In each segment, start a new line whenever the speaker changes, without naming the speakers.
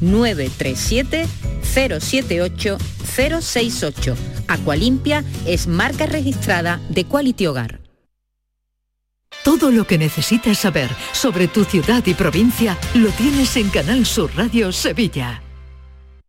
937 078 068. Aqualimpia es marca registrada de Quality Hogar.
Todo lo que necesitas saber sobre tu ciudad y provincia lo tienes en Canal Sur Radio Sevilla.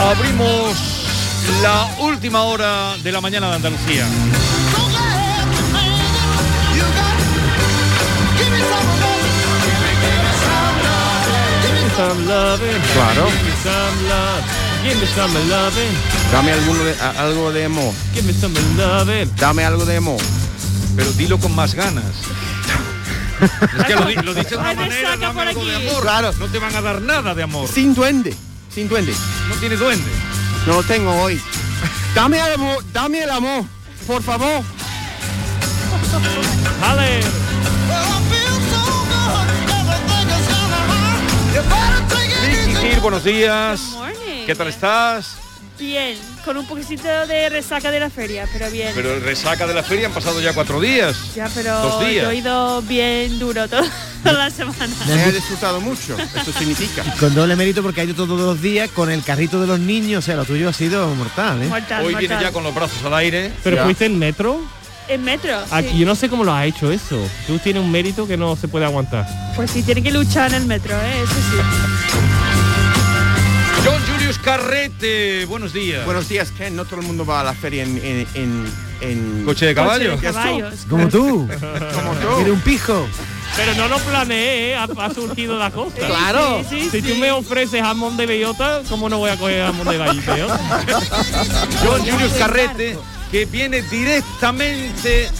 Abrimos la última hora de la mañana de Andalucía.
Claro.
Claro.
Dame alguno de- a- algo de emo. Dame algo de emo.
Pero dilo con más ganas. Es que lo, di- lo dices de una manera, dame algo de amor.
Claro.
No te van a dar nada de amor.
Sin duende. Sin duende.
No tiene duende.
No lo tengo hoy. Dame el amor. Dame el amor. Por favor.
¡Ale! Ricky Gil, buenos días. ¿Qué tal estás?
Bien, con un poquitito de resaca de la feria, pero bien.
Pero el resaca de la feria han pasado ya cuatro días.
ya, pero
dos días.
yo he ido bien duro todo- toda la semana.
Me he disfrutado mucho. Eso significa.
Con doble mérito porque ha ido todos los días con el carrito de los niños, o sea, lo tuyo ha sido mortal, ¿eh?
Mortal,
Hoy viene
mortal.
ya con los brazos al aire.
Pero
Ya.
fuiste en metro.
En metro.
Ah,
sí.
Aquí, Yo no sé cómo lo has hecho eso. Tú tienes un mérito que no se puede aguantar.
Pues sí, tiene que luchar en el metro, ¿eh? eso sí.
John Julius Carrete, buenos días.
Buenos días, Ken. No todo el mundo va a la feria en... en, en- en-
Coche de caballo.
Coche de caballos.
Como tú.
Como
Tiene
tú.
un pijo.
Pero no lo planeé, ¿eh? ha, ha surgido la cosa.
Claro.
Sí, sí, si tú me ofreces jamón de bellota, ¿cómo no voy a coger jamón de gallito?
John Julius Carrete, que viene directamente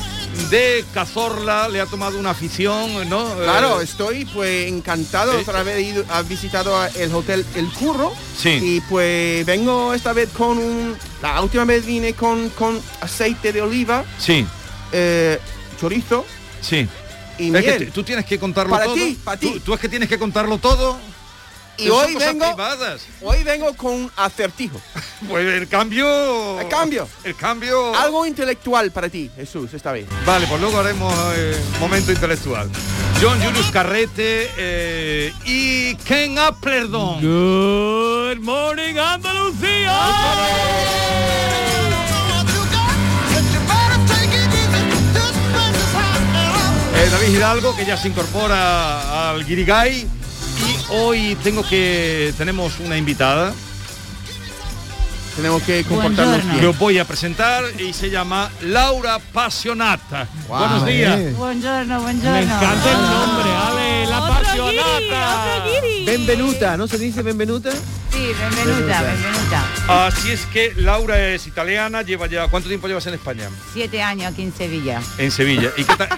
de Cazorla, le ha tomado una afición, ¿no?
Claro,
Eh,
estoy pues encantado otra vez ido, ha visitado a- el hotel El Curro.
Sí.
Y pues vengo esta vez con un. La última vez vine con, con aceite de oliva,
Sí,
eh, chorizo
sí.
y
Es que
miel.
t- tú tienes que contarlo
Para
todo.
ti, para ti.
Tú, tú es que tienes que contarlo todo.
y
Son
hoy
cosas
vengo.
privadas.
Hoy vengo con acertijo.
Pues el cambio.
El cambio.
El cambio.
Algo intelectual para ti, Jesús, esta vez.
Vale, pues luego haremos eh, momento intelectual. John Julius Carrete eh, y Ken Applerdon.
Good morning, Andalucía.
Eh, David Hidalgo, que ya se incorpora al Guirigay. Y hoy tengo que. tenemos una invitada.
Tenemos que comportarnos
Buongiorno.
bien.
Lo voy a presentar y se llama Laura Passionata. Buenos días.
Buongiorno, buongiorno.
Me encanta el nombre, Ale, la apasionata.
Benvenuta, ¿no se dice Benvenuta?
Sí, benvenuta, benvenuta.
Así es que Laura es italiana, lleva ya. ¿Cuánto tiempo llevas en España?
Siete años aquí en Sevilla.
En Sevilla. ¿Y qué tal?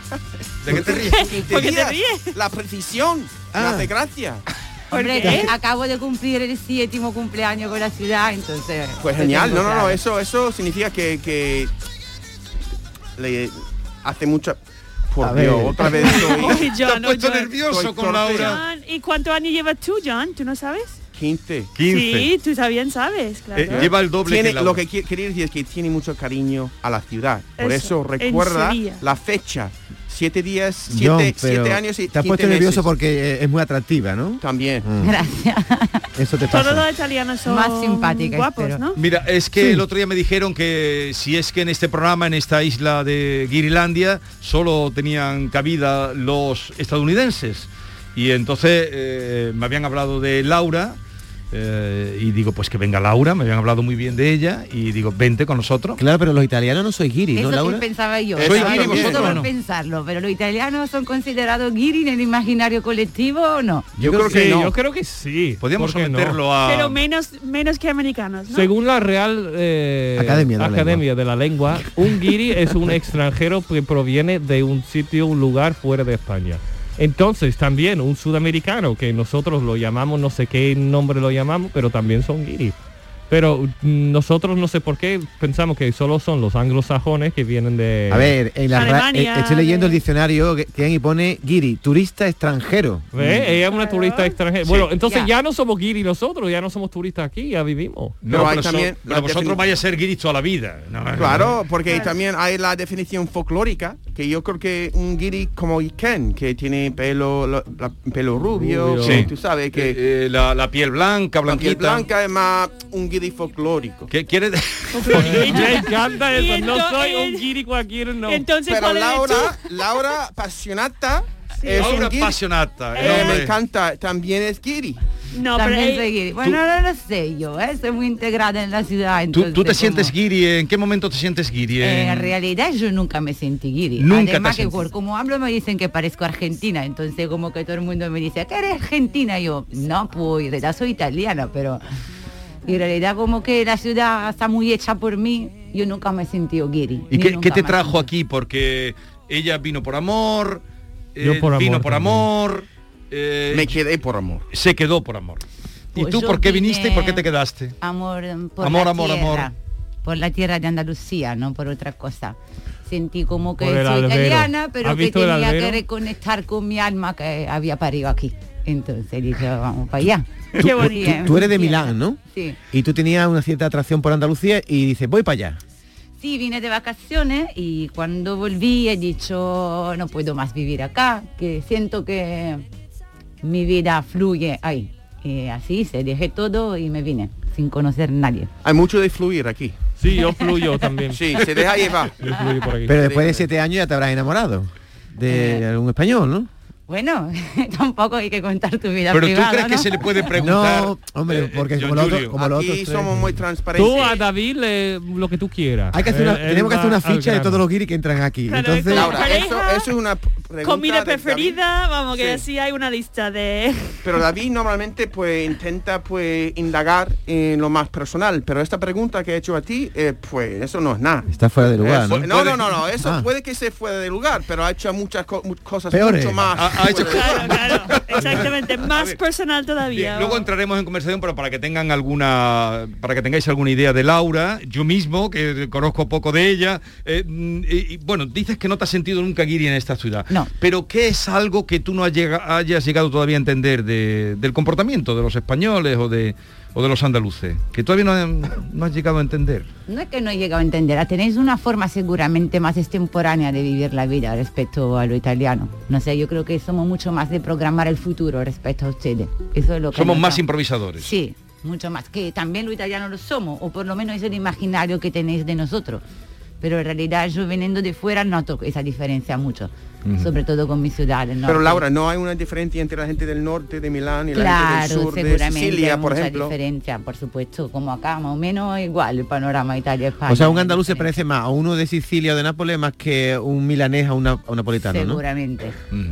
¿De qué te ríes?
Porque
Mira, La precisión. Me hace gracia.
Ah. Hombre,
qué?
que acabo de cumplir el séptimo cumpleaños con la ciudad, entonces.
Pues genial, no, no, no,
Claro.
eso, eso significa que, que le hace mucha. Por
A
Dios,
ver.
otra vez estoy.
Ay, John, oh, John.
Estoy torpe.
John, ¿Y cuántos años llevas tú, John? ¿Tú no sabes?
15.
Sí, tú bien sabes,
Eh,
claro.
Tiene- Lo que qui- quería decir es que tiene mucho cariño a la ciudad. Por eso,
Eso, en
recuerda
Sevilla.
la fecha. Siete días, siete,
John,
siete
pero
años y
Te has puesto
15
nervioso
meses.
porque eh, es muy atractiva, ¿no? Mm.
También.
Gracias.
Eso te
Todos
pasa.
los italianos son
Más simpática,
guapos,
espero.
¿no?
Mira, es que
Sí.
el otro día me dijeron que si es que en este programa, en esta isla de Guirilandia, solo tenían cabida los estadounidenses. Y entonces eh, me habían hablado de Laura. eh, y digo, pues que venga Laura, me habían hablado muy bien de ella y digo, vente con nosotros.
Claro, pero los italianos no soy guiri,
Eso
¿no,
sí
Laura?
pensaba yo.
Soy
Estaba
guiri
un poco
vosotros,
por
¿no?
pensarlo, pero los italianos son considerados guiri en el imaginario colectivo o no.
Yo creo que
sí,
no.
yo creo que sí.
Podríamos
¿por qué no?
someterlo a...
Pero menos, menos que americanos, ¿no?
Según la Real eh,
Academia de la
Academia de la Lengua, un guiri es un extranjero que proviene de un sitio, un lugar fuera de España. Entonces, también un sudamericano, que nosotros lo llamamos, no sé qué nombre lo llamamos, pero también son guiri. Pero mm, nosotros no sé por qué pensamos que solo son los anglosajones que vienen de...
A ver, en la ra-
Alemania,
eh, estoy leyendo
de-
el diccionario que, que hay y pone guiri, turista extranjero.
¿Ves? Ella es una turista extranjera. Bueno, entonces
Ya.
ya no somos guiri nosotros, ya no somos turistas aquí, ya vivimos.
No,
Pero hay
pero, so-
también
pero
la
vosotros
defini-
vais a ser guiris toda la vida. No, no, no.
Claro, porque también hay la definición folclórica, que yo creo que un guiri como Ken, que tiene pelo lo- la- pelo rubio,
Rubio.
que
Sí.
tú sabes que
Eh, eh, la, la piel blanca,
la
blanquita.
piel blanca es más un guiri folclórico.
¿Qué quiere de-
Me encanta
Y
eso, no
ento-
soy un
en-
guiri cualquiera, no.
Entonces,
Pero
¿cuál eres
Laura, Laura Passionata es un
Laura
guiri.
apasionata.
Eh, me encanta, también es guiri.
tú? No, pero...
También
eh,
soy guiri. Bueno, no lo sé yo, ¿eh? soy muy integrada en la ciudad.
¿Tú,
Entonces,
tú te
como-
sientes guiri? ¿En qué momento te sientes guiri?
Eh, en
En-
realidad yo nunca me sentí guiri.
Nunca te
Además
has
que
sentido.
por como hablo me dicen que parezco argentina, entonces como que todo el mundo me dice, ¿qué eres argentina? Y yo, no, pues en realidad soy italiana, pero en realidad como que la ciudad está muy hecha por mí, yo nunca me he sentido guiri.
¿Y
ni
qué, qué
nunca
te
más.
trajo aquí? Porque ella vino por amor, eh,
Yo por amor
vino por
también.
amor, eh,
Me quedé por amor.
se quedó por amor. ¿Y
Pues
tú
yo
por qué
vine-
viniste y por qué te quedaste?
Amor mm, por
Amor,
la
amor, amor.
tierra, por la tierra de Andalucía, no por otra cosa. Sentí como que
Por el
soy
albero.
italiana, pero
¿Has
que
visto el
tenía que
albero?
reconectar con mi alma que había parido aquí. Entonces dije, vamos para allá.
Qué
Mm. Tú,
bonito.
tú- tú eres de Milán, ¿no?
Sí.
Y tú tenías una cierta atracción por Andalucía y dices, voy para allá.
Sí, vine de vacaciones y cuando volví he dicho, no puedo más vivir acá, que siento que mi vida fluye ahí. Y así se dejé todo y me vine, sin conocer nadie.
Hay mucho de fluir aquí.
Sí, yo fluyo también.
Sí, se deja llevar.
Yo fluyo por aquí.
Eh,
Pero después de siete años ya te habrás enamorado de algún español, ¿no?
Bueno, tampoco hay que contar tu vida
Pero tú
privada.
crees que
¿no?
se le puede preguntar. eh,
No, hombre, porque
John
como lo otro,
Julio.
como lo otro
Aquí
tres.
somos muy
Tú
transparentes.
a David le- lo que tú quieras. Eh,
Hay que hacer una-
Eh,
Él- él
tenemos que hacer
va
una
al
ficha de
grano.
todos los guiris que entran aquí.
Claro,
Entonces,
esto-
Laura, eso,
Pareja,
eso es una pregunta
Comida
de David.
preferida, vamos, que
Sí.
así hay una lista de...
Pero David normalmente pues intenta pues indagar en lo más personal, pero esta pregunta que he hecho a ti, eh, pues eso no es nada.
está fuera de lugar,
Eso-
¿no?
no, no, no, no, eso
Ah.
puede que se fuera de lugar, pero ha hecho muchas co- mu- cosas
Peores.
mucho más.
Ha- ha hecho
fuera de lugar.
Exactamente, más personal
Bien,
todavía.
luego entraremos en conversación, pero para que tengan alguna, para que tengáis alguna idea de Laura, yo mismo que conozco poco de ella, eh, mm, y, y, bueno, dices que no te has sentido nunca guiri en esta ciudad.
No.
Pero ¿qué es algo que tú no has llega- hayas llegado todavía a entender de- del comportamiento de los españoles o de, o de los andaluces? Que todavía no, han- no has llegado a entender.
No es que no he llegado a entender, ah, tenéis una forma seguramente más extemporánea de vivir la vida respecto a lo italiano. No sé, yo creo que somos mucho más de programar el futuro respecto a ustedes. Eso es lo que
Somos
nos
más
da.
improvisadores.
Sí, mucho más. Que también lo italiano lo somos, o por lo menos es el imaginario que tenéis de nosotros. Pero en realidad yo viniendo de fuera noto esa diferencia mucho, sobre todo con mi ciudad. el
Pero
norte.
Laura, no hay una diferencia entre la gente del norte de Milán y la gente del
Claro,
sur de
seguramente
Sicilia,
hay
por
mucha
ejemplo.
diferencia, por supuesto, como acá más o menos igual el panorama Italia-España.
O sea, un andaluz se parece más a uno de Sicilia o de Nápoles más que un milanés a, una, a un napolitano, ¿no?
Seguramente.
Mm.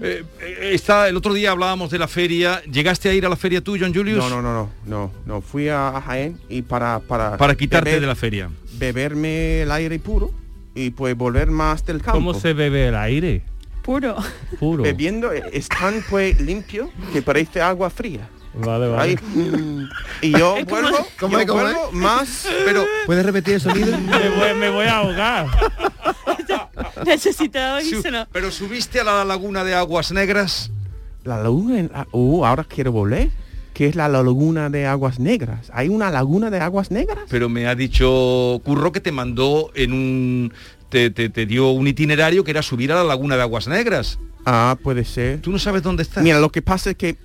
Eh, eh, está, el otro día hablábamos de la feria. ¿Llegaste a ir a la feria tú, John Julius?
No, no, no, no, no, no. Fui a, a Jaén y para para
Para quitarte
beber-
de la feria.
beberme el aire puro y pues volver más del campo.
¿Cómo se bebe el aire?
Puro.
Puro.
Bebiendo eh, es tan pues limpio que parece agua fría.
Vale, vale.
Ahí, mm, y yo vuelvo,
¿Cómo
yo
es, cómo es?
vuelvo más,
Pero
¿Puedes repetir el sonido?
Me voy, me voy a ahogar.
Necesitaba
Su-
irse, ¿no?
pero subiste a la laguna de aguas negras.
La laguna, en- ah, uh, ahora quiero volver, que es la laguna de aguas negras. ¿Hay una laguna de aguas negras?
Pero me ha dicho Curro que te mandó en un. Te, te- te dio un itinerario que era subir a la laguna de aguas negras.
Ah, puede ser.
Tú no sabes dónde está.
Mira, lo que pasa es que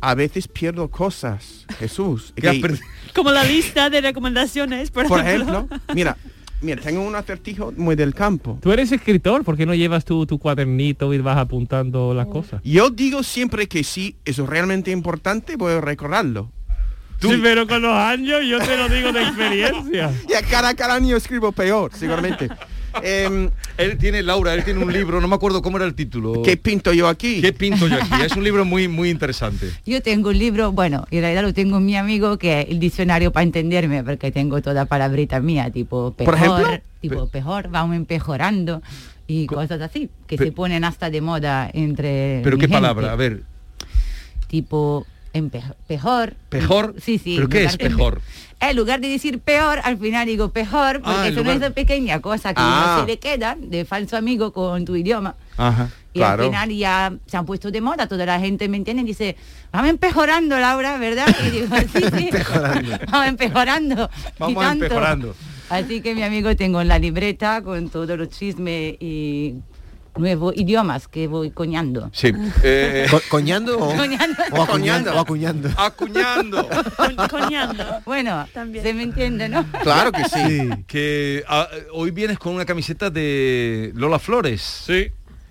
a veces pierdo cosas, Jesús.
¿Qué has
Que-
perdido?
Como la lista de recomendaciones, por,
por ejemplo, mira, mira, tengo un acertijo muy del campo.
Tú eres escritor, ¿por qué no llevas tu, tu cuadernito y vas apuntando las cosas?
Yo digo siempre que sí, es realmente importante, voy a recordarlo.
Sí, pero con los años yo te lo digo de experiencia.
Y a cara cada año escribo peor, seguramente. Em,
Él tiene, Laura, él tiene un libro, no me acuerdo cómo era el título.
¿Qué pinto yo aquí?
¿Qué pinto yo aquí? Es un libro muy, muy interesante.
Yo tengo un libro, bueno, en realidad lo tengo en mi amigo que es el diccionario para entenderme, porque tengo toda palabrita mía, tipo
¿Por
peor,
ejemplo?
tipo peor, vamos empejorando y cosas así, que
pe-
se ponen hasta de moda entre.
Pero
mi
qué
gente.
palabra, a ver.
Tipo empejo- pejor.
¿Pejor?
Sí, sí.
¿Pero
en
qué
lugar
es
de-
pejor?
Eh, En lugar de decir peor, al final digo pejor, porque
Ah, en
eso
lugar-
no es esa pequeña cosa que
Ah.
no se le queda de falso amigo con tu idioma.
Ajá.
Y
Claro.
al final ya se han puesto de moda, toda la gente me entiende y dice, vamos empejorando, Laura, ¿verdad? Y digo, sí, sí, vamos empejorando. y
Vamos
tanto".
empejorando.
Así que mi amigo tengo en la libreta con todos los chismes y nuevos idiomas que voy coñando.
Sí. Eh,
Co- ¿Coñando o,
Coñando.
o acuñando? o acuñando.
Ah.
acuñando.
ejemplo. Coñando.
Bueno,
También.
se me entiende, ¿no?
Claro que sí.
Que ah, hoy vienes con una camiseta de Lola Flores.
Sí,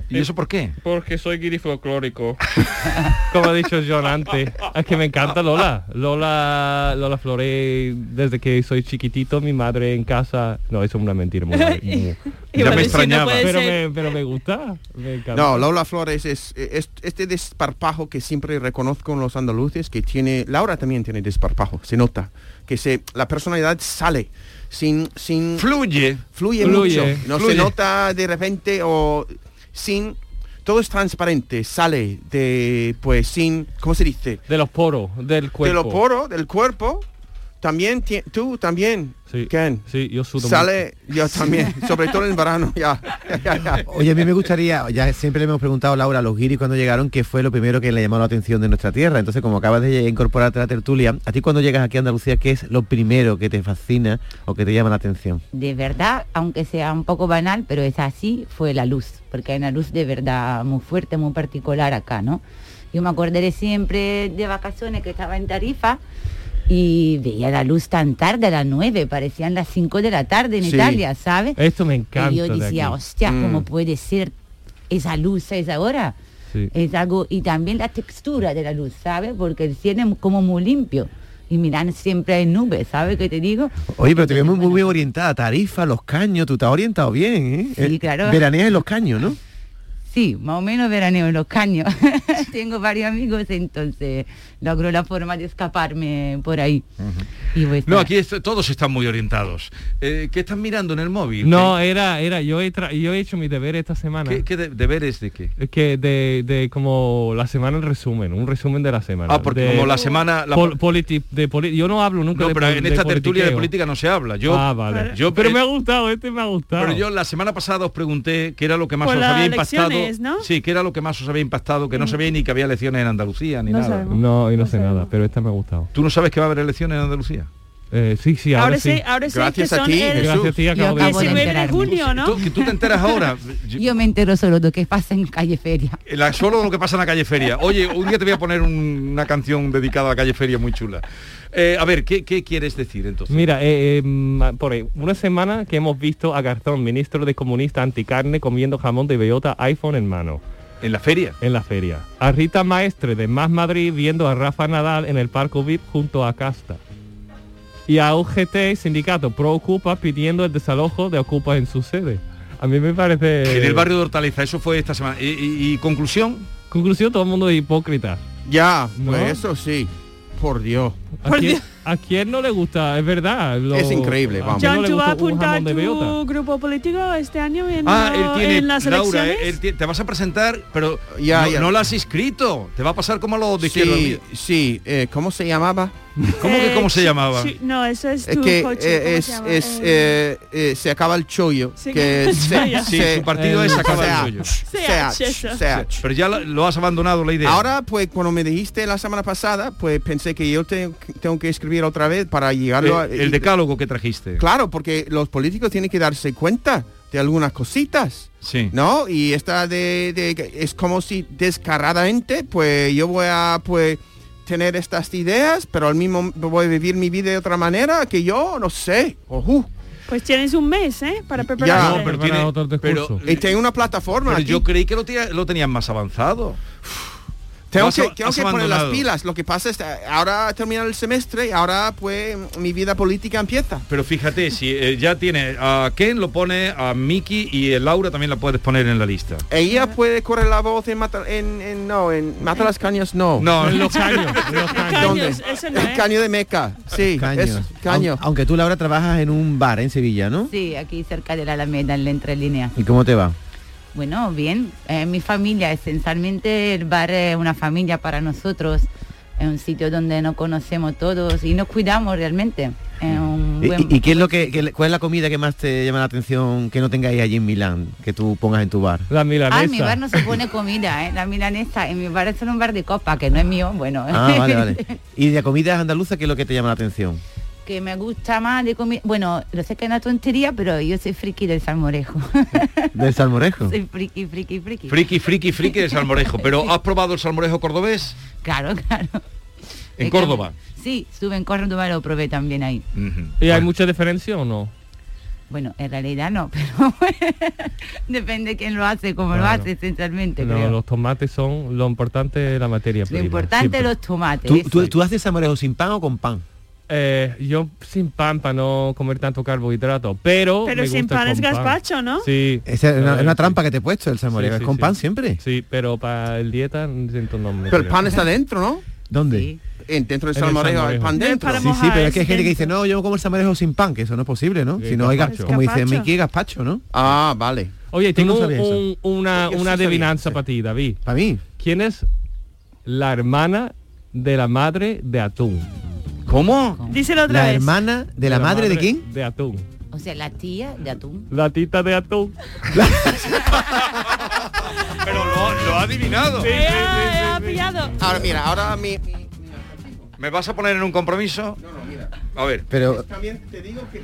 ¿Y eso por qué?
porque soy guiri folclórico. Como ha dicho John antes. Es que me encanta Lola. Lola, Lola Floré, desde que soy chiquitito, mi madre en casa. No, eso es una mentira muy mal- muy-
Ya me
Igual, si no
extrañaba.
puede
Pero
ser.
me, pero me gusta. Me encanta.
No, Laura Flores es, es- este desparpajo que siempre reconozco en los andaluces que tiene. Laura también tiene desparpajo, se nota. Que se, la personalidad sale sin, sin
Fluye.
fluye,
Fluye,
mucho. No
fluye.
se nota de repente o sin. Todo es transparente, sale de pues sin. ¿Cómo se dice?
De los poros, del cuerpo.
De lo poro, del cuerpo. También ti- tú también.
Sí,
Ken.
sí, yo sudo
Sale yo también, sobre todo en verano ya. ya, ya.
Oye, a mí me gustaría, ya siempre le hemos preguntado Laura a los guiris cuando llegaron qué fue lo primero que le llamó la atención de nuestra tierra. Entonces, como acabas de incorporarte a la tertulia, a ti cuando llegas aquí a Andalucía, ¿qué es lo primero que te fascina o que te llama la atención?
de verdad, aunque sea un poco banal, pero es así, fue la luz, porque hay una luz de verdad muy fuerte, muy particular acá, ¿no? Yo me acordaré siempre de vacaciones que estaba en Tarifa y veía la luz tan tarde, a las 9, parecían las 5 de la tarde en
Sí.
Italia, ¿sabes?
Esto me encanta.
y yo
de
decía,
aquí.
hostia,
Mm.
¿cómo puede ser esa luz a esa hora?
Sí.
Es algo, y también la textura de la luz, ¿sabes? Porque el cielo es como muy limpio. Y miran siempre hay nubes, ¿sabes qué te digo?
Oye, pero te veo muy, muy bien orientada. Tarifa, los caños, tú te has orientado bien, ¿eh?
Sí,
Eh,
claro.
Veraneas en los caños, ¿no?
Sí, más o menos veraneo en los caños. Tengo varios amigos, entonces logro la forma de escaparme por ahí. Y voy a
No,
estar-
aquí est- todos están muy orientados. Eh, ¿Qué están mirando en el móvil?
No, era, era, yo he, tra- yo he hecho mi deber esta semana.
eh,
¿Qué, qué de- deberes de qué?
Es que de, de como la semana en resumen, un resumen de la semana.
Ah, porque
De-
como la semana- la-
Pol- politi- de poli- yo no hablo nunca
No,
de
pero
pol-
en
de
esta tertulia de
politiqueo.
política no se habla. Yo,
Ah, vale.
yo-
pero
eh,
me ha gustado, este me ha gustado.
pero yo la semana pasada os pregunté qué era lo que más
Por
os
Pues las
había impactado.
elecciones, ¿no? Mm.
Sí, qué era lo que más os había impactado, que no sabía ni que había elecciones en Andalucía ni
no
nada.
y no, sé nada, pero esta me ha gustado. Eh,
¿Tú no sabes que va a haber elecciones en Andalucía?
sí, sí, ahora,
Ahora
sí.
sé- ahora sé Gracias que a son ti, el- Jesús.
Gracias a ti, acabo de-
19 de junio, ¿no?
Que tú te enteras ahora. Yo-
Yo me entero solo de lo que pasa en calle Feria.
la- solo lo que pasa en la calle Feria. Oye, un día te voy a poner un- una canción dedicada a la calle Feria muy chula. Eh, a ver, ¿qué, qué quieres decir entonces?
Mira, eh, eh, mm, por ahí, una semana que hemos visto a Garzón, ministro de Comunista Anticarne, comiendo jamón de bellota iPhone en mano.
¿En la feria?
En la feria. A Rita Maestre de Más Madrid viendo a Rafa Nadal en el Parco VIP junto a Casta. Y a UGT, sindicato pro Ocupa, pidiendo el desalojo de Ocupa en su sede. A mí me parece...
En el barrio de Hortaliza, eso fue esta semana. ¿Y, y- y conclusión?
Conclusión, todo el mundo es hipócrita.
Ya,
¿No?
pues eso sí. Por Dios.
¿A, quién, a quién no le gusta? Es verdad. lo-
Es increíble,
¿a
vamos.
quién no
John,
le
¿tú vas a
gusta un
apuntar
jamón de bellota?
tu grupo político este año en,
Ah, él
lo-
tiene,
en las
Laura,
elecciones?
él tie- te vas a presentar, pero
Ya,
no,
ya.
no la has inscrito. Te va a pasar como a los de izquierda
Sí, sí. eh, ¿Cómo se llamaba? Eh,
¿Cómo que cómo se
chi-
llamaba?
chi- Eh, No, eso es
Es
tu
que
coche.
eh,
¿cómo
es,
se llama?
es,
Eh,
eh, eh, se acaba el chollo.
Sí,
que
sí,
se-
ya.
Sí,
se-
su partido es acabar el
sea,
rollo.
sea,
Seach, eso.
sea.
Pero ya lo, lo has abandonado la idea.
Ahora, pues cuando me dijiste la semana pasada, pues pensé que yo te- tengo que escribir otra vez para
el,
llegarlo a...
el decálogo que trajiste.
Claro, porque los políticos tienen que darse cuenta de algunas cositas.
Sí.
¿No? Y esta de, de- es como si descaradamente, pues yo voy a pues tener estas ideas, pero al mismo voy a vivir mi vida de otra manera que yo no sé. Ojú.
pues tienes un mes, ¿eh? Para prepararte.
No, pero
Para
tiene-
otro discurso.
pero-
Y tengo una plataforma.
Pero
aquí.
yo creí que lo, tenía- lo tenían más avanzado.
Tengo
Has
que,
ab-
tengo
has
que poner las
abandonado.
pilas. Lo que pasa es que ahora termina el semestre y ahora pues mi vida política empieza.
Pero fíjate, si eh, ya tiene a Ken, lo pone a Miki y eh, Laura también la puedes poner en la lista.
E Ella puede correr la voz en Mata, en, en- no, en Mata las Cañas, no.
No,
En los caños, en los caños.
¿Dónde?
Caños, eso no,
El
¿eh?
caño de Meca. Sí, es
Caños.
caño.
Aun- Aunque tú, Laura, trabajas en un bar en Sevilla, ¿no?
Sí, aquí cerca de la Alameda, en la entrelínea.
¿Y cómo te va?
Bueno, bien, eh, mi familia, esencialmente el bar es una familia para nosotros, es un sitio donde nos conocemos todos y nos cuidamos realmente. Es un
¿Y,
buen-
y- y qué es lo que, que- cuál es la comida que más te llama la atención que no tengáis allí en Milán, que tú pongas en tu bar?
La
Ah, en mi
milanesa.
bar no se pone comida, ¿eh? la milanesa, en mi bar es solo un bar de copa, que no es mío, bueno,
Ah, vale, vale. ¿Y de comidas andaluzas qué es lo que te llama la atención?
que me gusta más de comida, bueno, lo sé que es una tontería, pero yo soy friki del salmorejo,
¿Del salmorejo?
soy friki, friki, friki.
Friki, friki, friki de salmorejo. Pero ¿has probado el salmorejo cordobés?
Claro, claro.
En
Es que-
Córdoba.
Sí, estuve en Córdoba, lo probé también ahí.
Ujú.
¿Y hay mucha diferencia o no?
Bueno, en realidad no, pero depende quién lo hace, cómo
Claro.
lo hace esencialmente,
No,
creo.
los tomates son lo importante es la materia
lo
prima.
importante
siempre.
los tomates.
¿Tú,
eso.
tú- tú haces salmorejo sin pan o con pan?
Eh, yo sin pan para no comer tanto carbohidrato, pero
Pero
Oh, me
sin
gusta
pan es
con
gazpacho, ¿no?
Sí.
Esa es una,
Eh,
es una trampa que te he puesto, el salmorejo.
Sí,
¿Es
sí,
con
sí.
pan siempre?
Sí, pero para el dieta siento no me
Pero el
creo.
pan está dentro, ¿no?
¿Dónde?
Sí.
En- dentro del
En el
salmorejo hay
salmorejo.
pan
No es
dentro.
para
Sí, sí,
Mojar
pero es que hay gente que
dentro.
dice, no, yo como el salmorejo sin pan, que eso no es posible, ¿no?
Sí,
Si no, hay
gazpacho.
gaz- como dice
Gazpacho.
Miki, gazpacho, ¿no?
Ah, vale.
Oye,
Tú no
tengo
sabías eso.
un- una,
Yo sí
una
sabía,
adivinanza
sí.
para ti, David.
Para mí.
¿Quién es la hermana de la madre de Atún?
¿Cómo?
Díselo otra
La
vez.
hermana de la madre de quién?
De Atún.
O sea, la tía de atún.
La tita de Atún.
Pero lo, lo ha adivinado.
Eh, eh, ha pillado.
Ahora mira, ahora mi... mi-
¿Me vas a poner en un compromiso?
no, no, mira.
A ver,
Pero
También te digo que...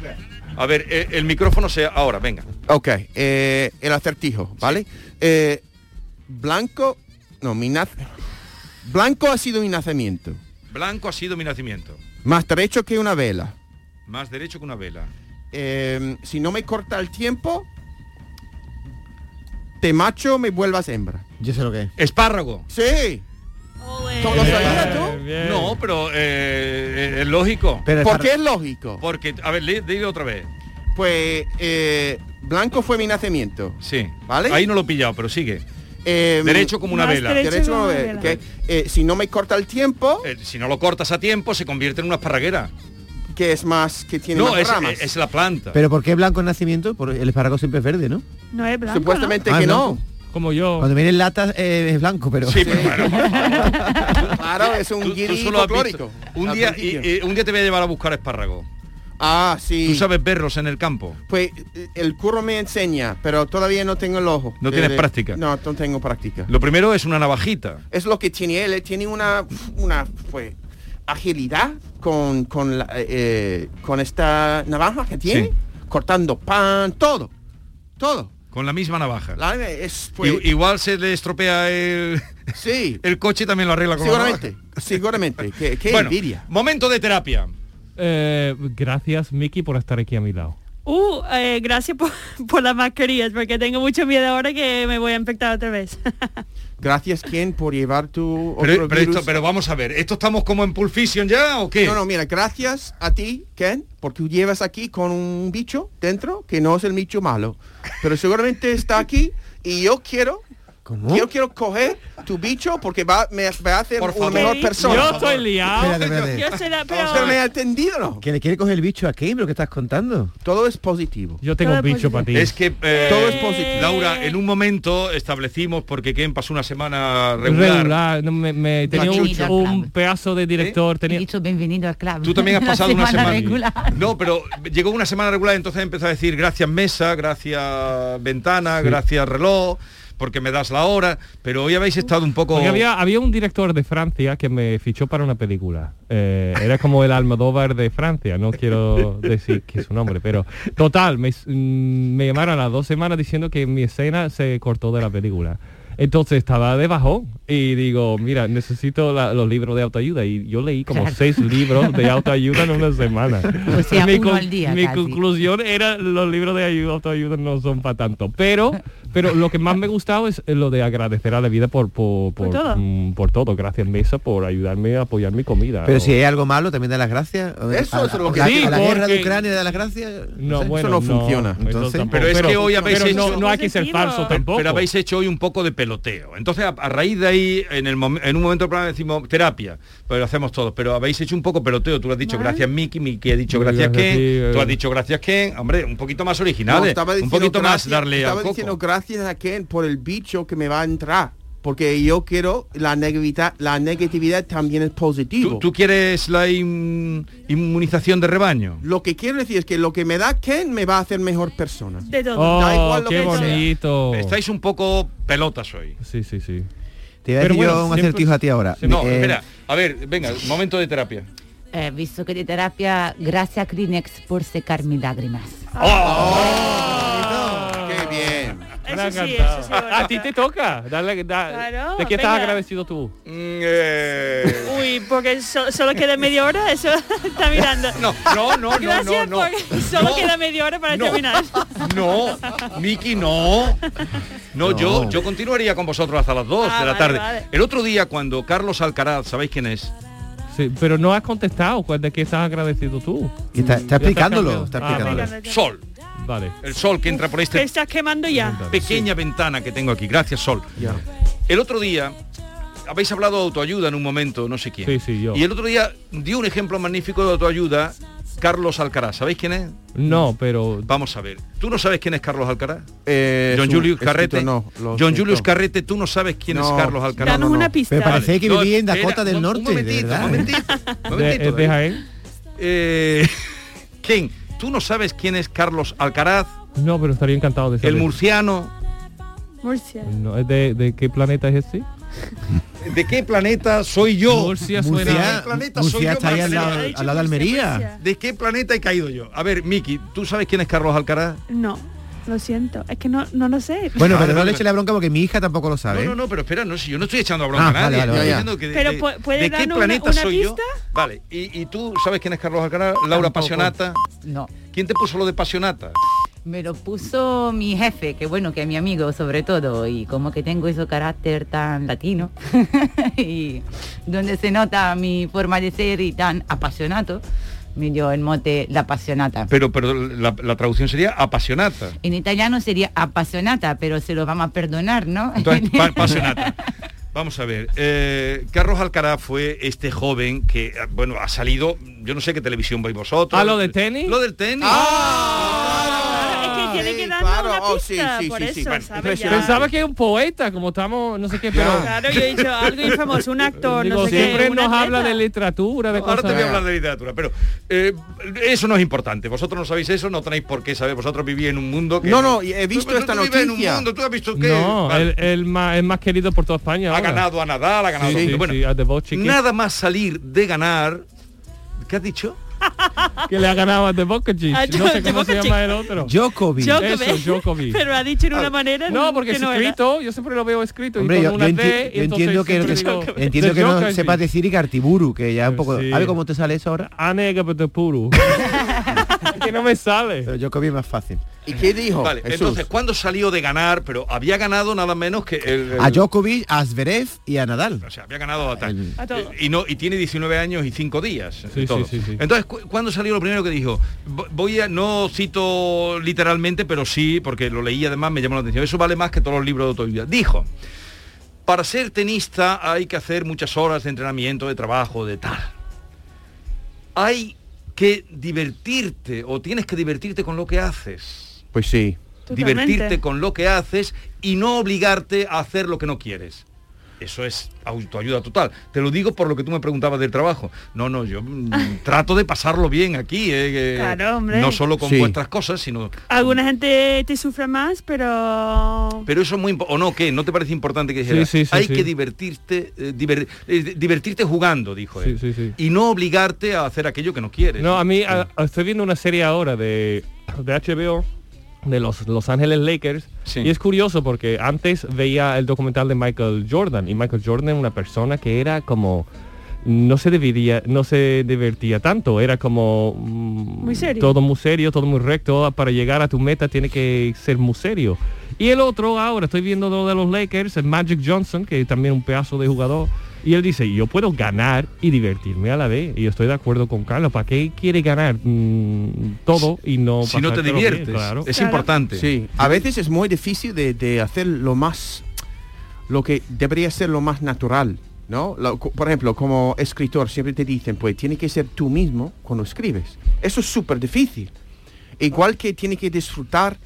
a ver, eh, el micrófono sea ahora, venga.
Ok, eh, el acertijo, ¿vale? Eh, blanco... No, mi naz... Blanco ha sido mi nacimiento.
Blanco ha sido mi nacimiento.
Más derecho que una vela.
Más derecho que una vela.
Eh, si no me corta el tiempo, de macho me vuelvas hembra.
Yo sé lo que es.
Espárrago.
Sí. ¿Tú lo sabías tú?
Eh, No, pero eh, es lógico.
Pero
¿Por qué es lógico?
Porque, a ver, le- dile otra vez.
Pues eh, blanco fue mi nacimiento.
Sí.
¿Vale?
Ahí no lo he pillado, pero sigue.
Eh,
Derecho como una Más vela. derecho
Derecho
como
como
una
una vela.
vela.
que, eh, si no me corta el tiempo,
Eh, si no lo cortas a tiempo, se convierte en una esparraguera.
que es más, que tiene
No,
más
es, eh,
ramas.
es- es la planta.
Pero ¿por qué blanco en nacimiento? Por- el espárrago siempre es verde, ¿no?
No es blanco.
Supuestamente
Ah,
que
blanco.
no.
Como yo.
Cuando viene en lata eh, es blanco, pero...
Sí, pero bueno, por favor.
Claro, es un
Tú- tú
guiri
solo has visto-
folclórico.
Un
Al
día, y-
principio.
y un día te voy a llevar a buscar espárrago.
Ah, sí.
Tú sabes verlos en el campo.
Pues eh, el curro me enseña, pero todavía no tengo el ojo.
No
De-
tienes
de-
práctica.
No, no tengo práctica.
Lo primero es una navajita.
Es lo que tiene él, él tiene una, una pues, agilidad con, con, la- eh, con esta navaja que tiene,
Sí.
cortando pan, todo, todo.
Con la misma navaja.
La- es, pues,
I- Igual se le estropea el,
sí,
el coche y también lo arregla con la
seguramente, seguramente, qué, qué
Bueno,
envidia.
Momento de terapia.
Eh, gracias, Miki, por estar aquí a mi lado.
Uh, eh, gracias por, por las mascarillas, porque tengo mucho miedo ahora que me voy a infectar otra vez.
Gracias, Ken, por llevar tu
Pero,
otro
pero esto,
virus.
pero vamos a ver, ¿esto estamos como en Pulp Fiction ya o qué?
No, no, mira, gracias a ti, Ken, porque tú llevas aquí con un bicho dentro que no es el bicho malo, pero seguramente está aquí y yo quiero,
¿Cómo?
yo quiero coger tu bicho porque va, me, me va a hacer
Por
una
favor.
mejor persona.
Yo estoy liado.
Espérate, espérate.
Yo soy la
Pero, me
peor.
ha entendido, ¿no?
Que le quiere coger el bicho a Kane, lo que estás contando.
Todo es positivo.
Yo tengo un
Todo es
bicho
positivo.
para ti.
Es que eh,
Todo es positivo.
Laura, en un momento establecimos porque Ken pasó una semana regular.
regular. no, me, me- tenía un,
Pachucho.
un pedazo de director.
¿Eh? He
Tenía,
dicho bienvenido al club.
Tú también has
La
pasado una semana.
regular.
No, pero llegó una semana regular, entonces empezó a decir gracias mesa, gracias ventana, gracias reloj, porque me das la hora. Pero hoy habéis estado un poco.
Porque había, había un director de Francia que me fichó para una película. Eh, era como el Almodóvar de Francia, no quiero decir que es su nombre, pero total, me, s- mm, me llamaron a las dos semanas diciendo que mi escena se cortó de la película. Entonces estaba de bajón y digo, mira, necesito la- los libros de autoayuda. Y yo leí como
Claro.
seis libros de autoayuda en una semana.
O sea,
mi
uno
con-
al día
mi
casi.
conclusión era los libros de ayuda, autoayuda no son para tanto. Pero, pero lo que más me ha gustado es eh, lo de agradecer a la vida por, por,
Por
por,
todo.
mm, por todo. Gracias Mesa por ayudarme a apoyar mi comida.
Pero
O-
si hay algo malo, también da las gracias. O-
Eso
a,
es lo que-
a- a
Sí,
la guerra de
porque-
Ucrania da las gracias.
no,
sé.
bueno,
no funciona.
eso
Entonces-
tampoco.
Pero es que hoy habéis
pero no-
hecho-
no, hay que ser falso tampoco.
Pero habéis hecho hoy un poco de peloteo. Entonces, a, a raíz de ahí, en, el mom- en un momento del programa decimos terapia, pero lo hacemos todos. Pero habéis hecho un poco peloteo. Tú le has dicho gracias Miki, Miki ha dicho
Muy
gracias
gracias a ti,
Ken,
eh.
tú has dicho gracias Ken. Hombre, un poquito más
No,
originales,
estaba
un
diciendo
poquito más
gracias-
darle a
Estaba diciendo
coco.
gracias a Ken por el bicho que me va a entrar. Porque yo quiero la negatividad, la negatividad también es positivo.
¿Tú, tú quieres la in- inmunización de rebaño?
Lo que quiero decir es que lo que me da Ken me va a hacer mejor persona.
De todo.
Oh,
Da igual lo
qué
que sea.
bonito.
Estáis un poco pelotas hoy.
Sí, sí, sí.
Te voy
Pero
a decir
bueno,
yo un
siempre-
acertijo a ti ahora.
No,
Eh,
espera. A ver, venga, momento de terapia.
Eh, visto que de terapia, gracias Kleenex por secar mis lágrimas.
Qué bien.
Me ha
Eso sí,
encantado.
eso sí.
a, a ti te toca. Dale, da-
Claro,
¿De qué estás
venga.
agradecido tú?
Mm, eh,
Uy, porque so- solo queda media hora, eso está mirando.
No, no, no, no, no,
Gracias,
no.
porque solo
No.
queda media hora para
No.
terminar.
No, Miki, no. No,
No.
yo yo continuaría con vosotros hasta las 2
Ah,
de la
vale,
tarde.
vale.
El otro día cuando Carlos Alcaraz, ¿sabéis quién es?
Sí, pero no has contestado. ¿cuál- ¿De qué estás agradecido tú?
que está,
Ya
está
está
explicándolo.
cambiado.
Está
Ah,
explicándolo.
vale.
Sol.
Vale.
El sol que entra por
Te
esta
estás quemando ya.
pequeña ventana que tengo aquí. Gracias, Sol.
Ya.
El otro día habéis hablado de autoayuda en un momento, no sé quién.
Sí, sí, yo.
Y el otro día dio un ejemplo magnífico de autoayuda Carlos Alcaraz. ¿Sabéis quién es?
No, pero
Vamos a ver. ¿Tú no sabes quién es Carlos Alcaraz?
Eh,
John
es un
Julius Carrete.
escritor, no, lo
John
siento.
Julius Carrete, tú no sabes quién
No.
es Carlos Alcaraz.
Danos
no,
una
no.
pista.
Pero parece que
no,
vivía en
espera,
Dakota del
un-
Norte,
Un
de
momentito,
verdad.
un momentito, un
de,
momentito,
es de
David.
Jaén.
Eh, Ken, tú no sabes quién es Carlos Alcaraz,
No, pero estaría encantado de saber.
el murciano.
Murcia.
No, ¿es de, de qué planeta es este?
¿De qué planeta soy yo?
Murcia
¿De qué
Murcia,
planeta soy
Murcia
yo,
está ahí al
Marcela?
lado,
Ha dicho
al lado de
Murcia,
Almería.
Murcia.
¿De qué planeta he caído yo? A ver, Miki, ¿tú sabes quién es Carlos Alcaraz?
No, lo siento. Es que no, no lo sé.
Bueno, pero
Vale,
no
vale.
le eche la bronca porque mi hija tampoco lo
No,
sabe.
no, no, pero espera, no, si yo no estoy echando a broma
¿Eh? Ah,
a nadie.
vale, vale,
estoy
vale.
diciendo que de,
Pero
de-
pu- ¿puede
¿de qué
darnos una-
planeta
una
soy yo?
pista?
Vale, y, y tú sabes quién es Carlos Alcaraz, Laura
Tampoco.
Pasionata.
No.
¿Quién te puso lo de Pasionata?
Me lo puso mi jefe, que bueno, que es mi amigo sobre todo, y como que tengo ese carácter tan latino, y donde se nota mi forma de ser y tan apasionado, me dio el mote la apasionata.
Pero, pero la, la traducción sería apasionata.
En italiano sería apasionata, pero se lo vamos a perdonar, ¿no?
Entonces, pa- apasionata. Vamos a ver, eh, Carlos Alcaraz fue este joven que, bueno, ha salido, yo no sé qué televisión veis vosotros.
¿A Ah, lo de tenis? Ah,
Lo del tenis.
Es que tiene
Sí,
que darnos
claro.
una
Oh, sí,
pista
sí,
por
sí, sí.
eso,
Bueno,
¿sabes? Ya.
Pensaba que era un poeta, como estamos, no sé qué, pero...
Claro, yo he dicho algo infamoso, un actor,
Digo,
no sé
siempre
qué. un
nos
atleta.
habla de literatura, de
Ahora
cosas...
te voy a hablar de literatura, pero eh, eso no es importante. Vosotros no sabéis eso, no tenéis por qué saber. Vosotros vivís en un mundo que...
No, no, he visto
Tú- tú
esta
vives en un
noticia.
mundo, tú has visto que...
No,
Vale.
el, el más, el más querido por toda España.
ha
ahora.
ganado a Nadal, ha ganado
Sí,
a-
sí,
bueno,
sí, a The Voice, chiqui.
nada más salir de ganar. ¿Qué has dicho?
Que le ha ganado a The
Ah,
Bokovic. No sé cómo se
Djokovic.
llama el otro.
Djokovic. Ah,
Djokovic.
Eso, Djokovic.
Pero ha dicho en una manera
No, porque
que
es
no era.
escrito, yo siempre lo veo escrito
Hombre,
y
yo,
con una
yo enti-
D, y
yo
entonces
entiendo que no,
siempre
te-
digo,
entiendo
The
que no
Joker,
sepas
sí.
decir Icartiburu, que ya un poco...
Sí. Ah,
A ver cómo te sale eso ahora.
Anegapetepuru. Es que no me sale.
Pero Djokovic es más fácil.
¿Y qué dijo?
Vale,
Jesús?
entonces, ¿cuándo salió de ganar? Pero había ganado nada menos que el... el-
A Djokovic, a Zverev y a Nadal.
o sea, había ganado a tal.
A todo.
Y, no, y tiene 19 años y 5 días.
Sí,
todo.
sí, sí, sí.
Entonces, cu- ¿cuándo salió lo primero que dijo? Vo- Voy a, no cito literalmente, pero sí, porque lo leí además, me llamó la atención. Eso vale más que todos los libros de autoayuda. Dijo, para ser tenista hay que hacer muchas horas de entrenamiento, de trabajo, de tal. Hay que divertirte o tienes que divertirte con lo que haces
Pues sí.
Totalmente.
divertirte con lo que haces y no obligarte a hacer lo que no quieres. Eso es autoayuda total. Te lo digo por lo que tú me preguntabas del trabajo. No, no, yo mm, trato de pasarlo bien aquí. eh, que
Claro, hombre.
No solo con
Sí.
vuestras cosas, sino...
Alguna gente te sufre más, pero...
Pero eso es muy impo- ¿O no qué? ¿No te parece importante que dijeras?
sí, sí,
Hay
sí.
que divertirte, eh, diver- eh, divertirte jugando, dijo
Sí,
él.
sí, sí.
Y no obligarte a hacer aquello que no quieres.
No, a mí a- a- estoy viendo una serie ahora de, de HBO de los Los Ángeles Lakers
Sí.
y es curioso porque antes veía el documental de Michael Jordan y Michael Jordan una persona que era como no se dividía, no se divertía tanto, era como mm,
Muy serio.
todo muy serio, todo muy recto, Ah, para llegar a tu meta tiene que ser muy serio. Y el otro ahora, estoy viendo lo de los Lakers, el Magic Johnson, que también es un pedazo de jugador, y él dice, yo puedo ganar y divertirme a la vez, y yo estoy de acuerdo con Carlos, ¿para qué quiere ganar mm, todo y no...
si no te
pasártelo bien?
diviertes,
claro.
es
Claro.
importante.
Sí, a veces es muy difícil de, de hacer lo más, lo que debería ser lo más natural, ¿no? Lo- co- por ejemplo, como escritor siempre te dicen, pues tiene que ser tú mismo cuando escribes. Eso es súper difícil. Igual que tiene que disfrutar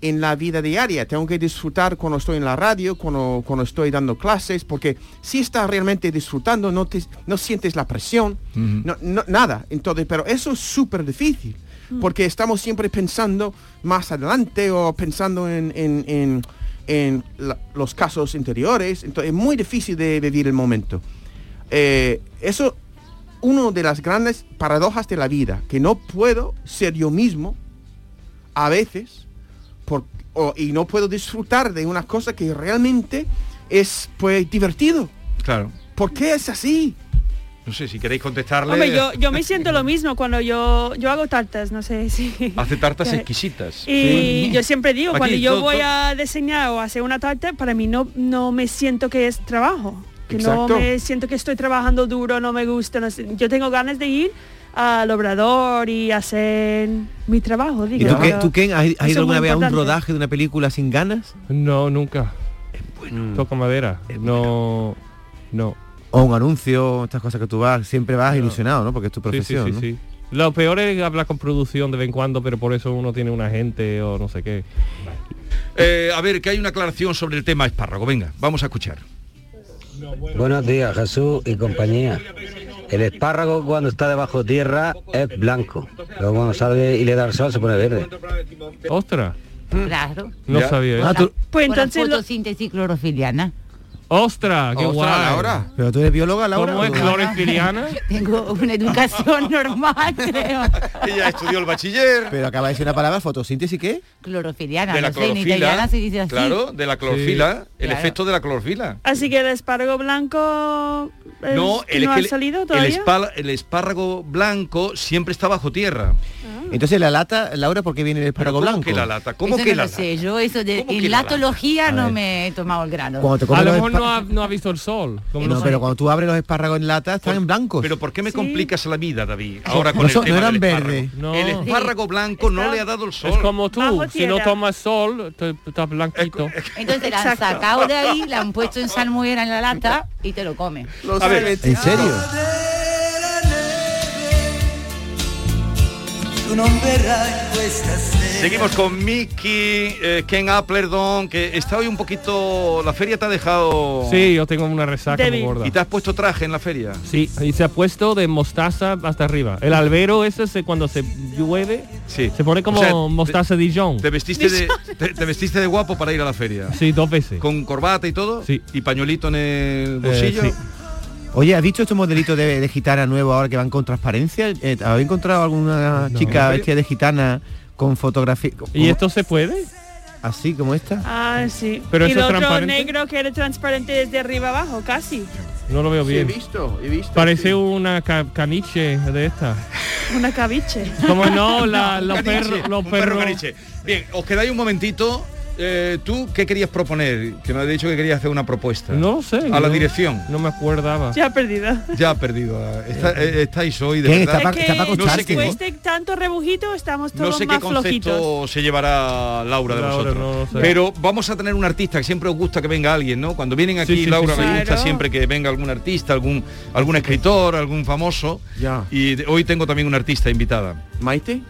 en la vida diaria, tengo que disfrutar cuando estoy en la radio, cuando, cuando estoy dando clases, porque si estás realmente disfrutando, no, te, no sientes la presión, no, no- nada. Entonces, pero eso es súper difícil, porque estamos siempre pensando más adelante o pensando en, en- en- en la- los casos interiores, entonces es muy difícil de vivir el momento. Eh, eso una de las grandes paradojas de la vida, que no puedo ser yo mismo a veces por- o- y no puedo disfrutar de una cosa que realmente es pues divertido.
Claro.
¿Por qué es así?
No sé, si queréis contestarle...
Hombre,
Eh.
yo, yo me siento lo mismo cuando yo, yo hago tartas, no sé si...
Hace tartas exquisitas.
Y yo siempre digo,
Aquí,
cuando yo
todo-
voy
todo-
a diseñar o hacer una tarta, para mí no, no me siento que es trabajo. Que
Exacto.
no me siento que estoy trabajando duro, no me gusta. no sé. Yo tengo ganas de ir al obrador y hacer mi trabajo,
¿Y
digo.
tú, qué,
pero
tú, Ken, has, has
eso es
ido alguna
muy
vez a un
importante.
rodaje de una película sin ganas?
No, nunca.
Mm.
Toca madera. No, no.
O un anuncio, estas cosas que tú vas, siempre vas ilusionado, ¿no? Porque es tu
Sí, sí,
profesión,
sí,
¿no?
sí. Lo peor es hablar con producción de vez en cuando, pero por eso uno tiene un agente o no sé qué.
Eh, a ver, que hay una aclaración sobre el tema espárrago. Venga, vamos a escuchar.
Buenos días, Jesús y compañía. El espárrago cuando está debajo tierra es blanco. Luego cuando sale y le da el sol se pone verde.
¡Ostras!
Claro.
No
Ya.
sabía
Ah,
eso.
tú-
Pues
Por la
entonces lo-
fotosíntesis clorofiliana.
¡Ostras! ¡Qué
Ostras,
guay!
Laura.
¿Pero tú eres bióloga, Laura?
¿Cómo es
¿O-
clorofiliana?
Tengo una educación normal, creo.
Ella estudió el bachiller
Pero acaba de decir una palabra, fotosíntesis, ¿qué?
Clorofiliana,
de la
no sé, en italiana
clorofila.
se dice así.
Claro, de la clorofila, ¿eh? el
Claro.
efecto de la clorofila.
Así que el espárrago blanco es-
No, el, es
no ha
que el-
salido
el,
todavía.
espal- el espárrago blanco siempre está bajo tierra.
Entonces la lata, Laura, ¿por qué viene el espárrago blanco?
que la lata? ¿Cómo
eso
que
no
la
lo
lata?
sé, yo eso
que
de
la
en
lata?
latología
A
no
ver.
me he tomado el grado.
Cuando te
A
comes
lo
los
mejor
espa-
no ha, no ha visto el sol. como
No,
los-
pero cuando tú abres los espárragos en lata están en blanco.
Pero ¿por qué me complicas la vida, David?
No,
Ahora
no
con el
son- no
tema
eran
del espárrago.
verdes.
No.
El espárrago blanco no
Está-
le ha dado el sol.
Es como tú,
Bajo
Uh, si no
tierra.
tomas sol, te- te estás blanquito.
Entonces la han
Exacto.
sacado de ahí, la han puesto en salmuera en la lata y te lo comes.
A ver, ¿en serio?
Tu nombre pues, cuesta
Seguimos con Mickey, eh, Ken Applerdon, que está hoy un poquito... La feria te ha dejado...
Sí, yo tengo una resaca muy gorda.
¿Y te has puesto traje en la feria?
Sí, y se ha puesto de mostaza hasta arriba. El albero ese se- cuando se llueve se pone como
O sea,
mostaza Dijon.
¿Te vestiste, de, te, te vestiste de guapo para ir a la feria?
Sí, Eh, dos veces.
¿Con corbata y todo? Sí. ¿Y pañuelito en el bolsillo?
sí. Oye, ¿has dicho estos modelitos de, de gitana nuevo ahora que van con transparencia? Eh, ¿Habéis encontrado alguna chica vestida de gitana con fotografía?
¿Y esto se puede?
Así como esta.
Ah, sí.
Pero
y
eso
el
es
otro
transparente.
negro que era transparente desde arriba abajo, casi.
No lo veo
he
bien.
visto, he visto.
Parece una ca- caniche de esta.
Una cabiche.
Como no, la- los
Caniche,
perros- los
un perro
perros-
caniche. Bien, os quedáis un momentito. Eh, ¿Tú qué querías proponer? Que me has dicho que querías hacer una propuesta.
No lo sé.
A la
no-
dirección.
No me acordaba.
Ya perdida.
Ya ha perdido. a- está- eh, estáis hoy de
¿Quién
verdad.
está pa- está pa'
no sé
acostarse,
qué,
Después
con-
de Este tanto rebujito, estamos
no
todos
sé qué
más
concepto
flojitos.
se llevará Laura de
Laura,
vosotros.
no lo sé.
Pero vamos a tener un artista que siempre os gusta que venga alguien, ¿no? Cuando vienen aquí,
Sí, sí, sí,
Laura
sí.
me gusta
Claro.
siempre que venga algún artista, algún algún escritor, algún famoso.
Ya.
Y de- hoy tengo también una artista invitada.
¿Maite?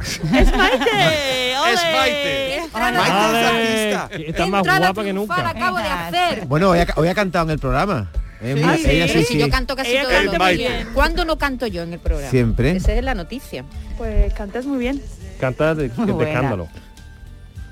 ¡Es Maite!
¡Es Maite!
Ale, Está más
Entrada
guapa que
triunfal
nunca.
acabo de hacer.
Bueno, hoy ha, hoy ha cantado en el programa. Es muy- ella sí,
Pero
sí.
si yo canto casi
Ella
todo el
canta
día.
muy bien.
¿Cuándo no canto yo en el programa?
Siempre.
Esa es la noticia.
Pues cantas muy bien.
Canta de, de
Buena.
escándalo.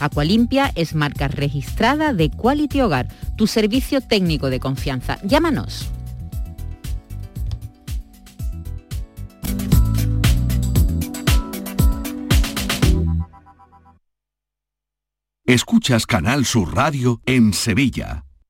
Aqualimpia es marca registrada de Quality Hogar, tu servicio técnico de confianza. Llámanos.
Escuchas Canal Sur Radio en Sevilla.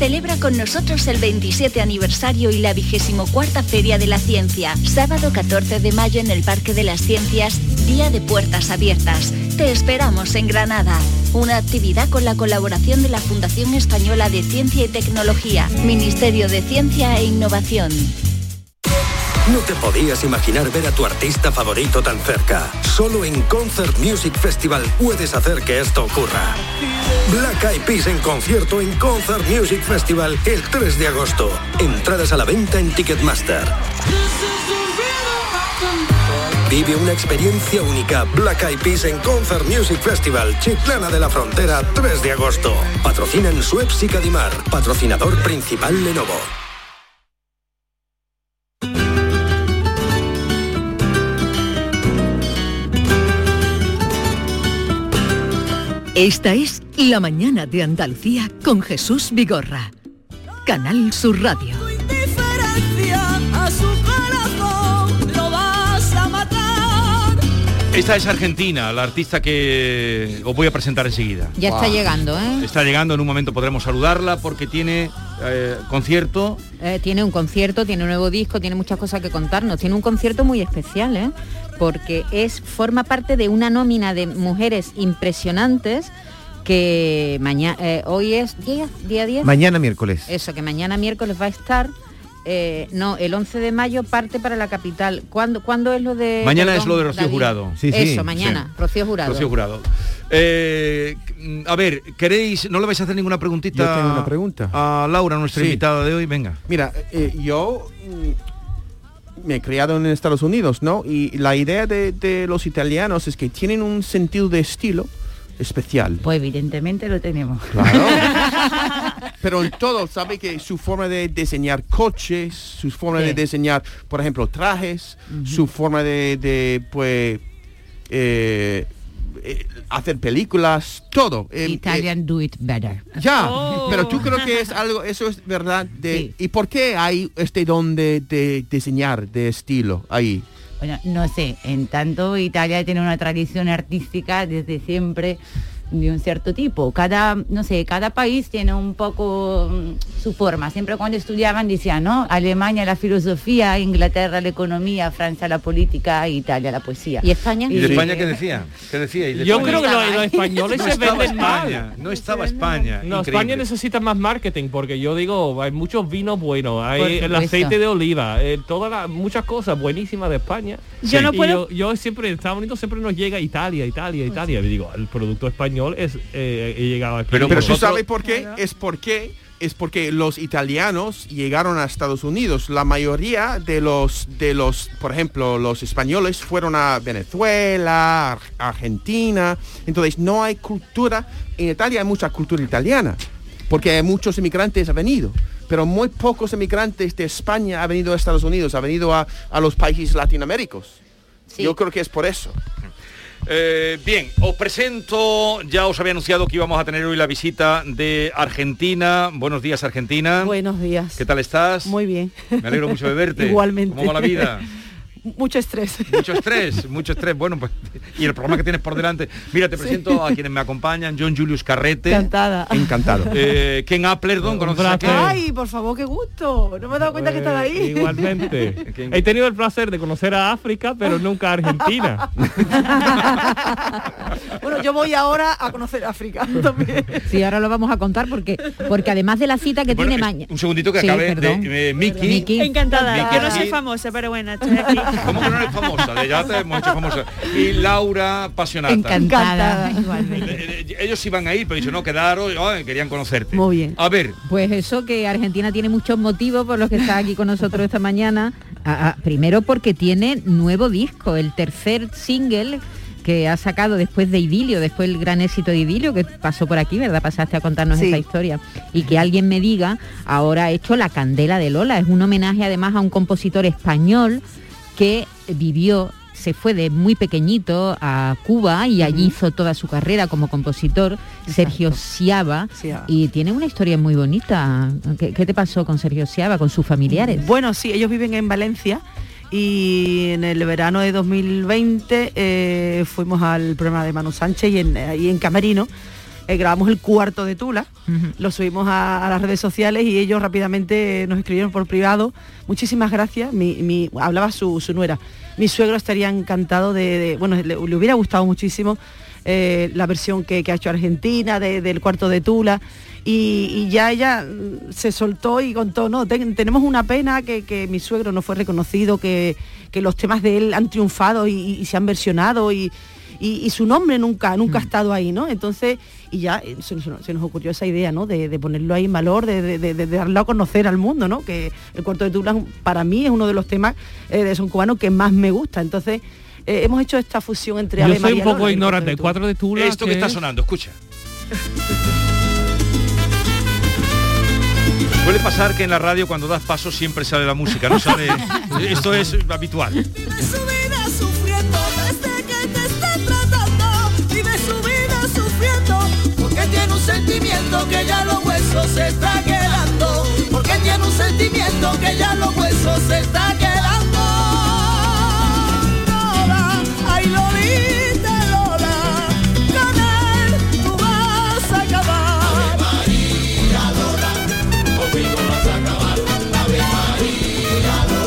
Celebra con nosotros el 27 aniversario y la 24 Feria de la Ciencia. Sábado 14 de mayo en el Parque de las Ciencias, Día de Puertas Abiertas. Te esperamos en Granada. Una actividad con la colaboración de la Fundación Española de Ciencia y Tecnología, Ministerio de Ciencia e Innovación.
No te podías imaginar ver a tu artista favorito tan cerca. Solo en Concert Music Festival puedes hacer que esto ocurra. Black Eyed Peas en concierto en Concert Music Festival el 3 de agosto. Entradas a la venta en Ticketmaster. Vive una experiencia única. Black Eyed Peas en Concert Music Festival Chiclana de la Frontera 3 de agosto. Patrocinan Suez y Cadimar. Patrocinador principal Lenovo.
Esta es La mañana de Andalucía con Jesús Vigorra. Canal Sur Radio.
indiferencia a su corazón lo vas a matar.
Esta es Argentina, la artista que os voy a presentar enseguida.
Ya está llegando, ¿eh?
Está llegando, en un momento podremos saludarla porque tiene eh, concierto.
Eh, tiene un concierto, tiene un nuevo disco, tiene muchas cosas que contarnos. Tiene un concierto muy especial, ¿eh? porque es forma parte de una nómina de mujeres impresionantes que mañana hoy es día día 10.
Mañana miércoles.
Eso, que mañana miércoles va a estar. eh, no, el 11 de mayo parte para la capital. ¿Cuándo, cuándo es lo de...?
Mañana es
perdón,
lo de Rocío
David?
Jurado. Sí, sí,
Eso, mañana,
sí.
Rocío Jurado.
Rocío Jurado. Eh, mm, a ver, ¿queréis, no le vais a hacer ninguna preguntita
Yo tengo una pregunta.
a Laura, nuestra
Sí.
invitada de hoy? Venga.
Mira, eh, yo mm, me he criado en Estados Unidos, ¿no? Y la idea de, de los italianos es que tienen un sentido de estilo especial.
Pues evidentemente lo tenemos.
Pero en todo, sabe que su forma de diseñar coches, su forma de diseñar, por ejemplo, trajes, su forma de, de, pues, eh, eh, hacer películas, todo. Eh,
Italian do it better.
Ya, pero tú creo que es algo, eso es verdad. De, ¿Y por qué hay este don de, de diseñar, de estilo ahí?
Bueno, no sé, en tanto Italia tiene una tradición artística desde siempre de un cierto tipo. Cada, no sé, cada país tiene un poco mm, su forma. Siempre cuando estudiaban decían, ¿no? Alemania la filosofía, Inglaterra la economía, Francia la política, Italia la poesía.
¿Y España?
¿Y de España qué decía? ¿Qué decía? ¿Y de
Yo
España?
creo que los, los españoles
No
se
estaba
venden mal.
España, No estaba España.
No,
increíble.
España necesita más marketing porque yo digo, hay muchos vinos buenos,
Por
hay el
supuesto.
aceite de oliva, eh, todas las muchas cosas buenísimas de España.
Yo
Y
no puedo-
Yo, yo siempre, Estados Unidos siempre nos llega Italia, Italia, Italia. Y digo, el producto español es eh, he llegado a
Pero,
España.
tú sabes por qué, es porque es porque los italianos llegaron a Estados Unidos. La mayoría de los de los, por ejemplo, los españoles fueron a Venezuela, Ar- Argentina. Entonces no hay cultura en Italia hay mucha cultura italiana porque hay muchos inmigrantes han venido. Pero muy pocos inmigrantes de España han venido a Estados Unidos, han venido a, a los países latinoaméricos. Yo creo que es por eso.
Eh, bien, os presento, ya os había anunciado que íbamos a tener hoy la visita de Argentina. Buenos días, Argentina.
Buenos días.
¿Qué tal estás?
Muy bien.
Me alegro mucho de verte.
Igualmente.
¿Cómo va la vida?
Mucho estrés.
Mucho estrés, mucho estrés. Bueno, pues, y el programa que tienes por delante. Mira, te presento a quienes me acompañan. John Julius Carrete. Eh,
Encantada.
Encantado.
Ken Applerdon, ¿conoces a Ken?
Ay, por favor, qué gusto. No me he dado cuenta que estaba ahí.
Igualmente. He tenido el placer de conocer a África, pero nunca a Argentina.
Bueno, yo voy ahora a conocer África también.
Sí, ahora lo vamos a contar porque porque además de la cita que tiene mañana.
Un segundito que
Sí,
acabe
perdón.
de eh, Miki.
Encantada.
Miki
Yo no soy
aquí.
famosa, pero bueno, estoy aquí.
¿Cómo que no eres famosa? De- Ya te hemos hecho famosa. Y Laura Pasionata.
Encantada.
Eh, eh, Ellos iban a ir, pero dicho, no, quedaros, ay, querían conocerte.
Muy bien.
A ver,
Pues eso, que Argentina tiene muchos motivos por los que está aquí con nosotros esta mañana. Ah, ah, primero porque tiene nuevo disco, el tercer single que ha sacado después de Idilio, después del gran éxito de Idilio, que pasó por aquí, ¿verdad? Pasaste a contarnos esa historia. Y que alguien me diga, ahora ha hecho La Candela de Lola. Es un homenaje además a un compositor español que vivió, se fue de muy pequeñito a Cuba y allí hizo toda su carrera como compositor, Sergio Siaba,
Siaba.
y tiene una historia muy bonita. ¿Qué, qué te pasó con Sergio Siaba, con sus familiares?
Bueno, sí, ellos viven en Valencia y en el verano de 2020 eh, fuimos al programa de Manu Sánchez y en, ahí en Camerino eh, grabamos el cuarto de Tula, lo subimos a, a las redes sociales y ellos rápidamente nos escribieron por privado. Muchísimas gracias. Mi, mi- hablaba su, su nuera. Mi suegro estaría encantado de, de- bueno, le, le hubiera gustado muchísimo eh, la versión que, que ha hecho Argentina de- del cuarto de Tula. Y, y ya ella mm, se soltó y contó, no, ten- tenemos una pena que, que mi suegro no fue reconocido, que, que los temas de él han triunfado y, y- y se han versionado y, y- y su nombre nunca,
Mm.
nunca ha estado ahí, ¿no? Entonces, y ya eh, se, nos- se nos ocurrió esa idea, ¿no? De, de ponerlo ahí en valor, de, de- de- de darlo a conocer al mundo, ¿no? Que el cuarto de Tula para mí es uno de los temas eh, de son cubano que más me gusta. Entonces, eh, hemos hecho esta fusión entre
Yo
Ale
soy un
María Lora
poco
y el
ignorante. Cuatro de Tula.
Esto que
¿qué
está
es?
sonando, escucha. Suele pasar que en la radio cuando das paso siempre sale la música, no sale. Esto es habitual.
Vive su vida sufriendo desde que te está tratando. Vive su vida sufriendo porque tiene un sentimiento que ya los huesos se está quedando. Porque tiene un sentimiento que ya los huesos se está quedando. Lola, ay Lolita, Lola, con él tú vas a acabar.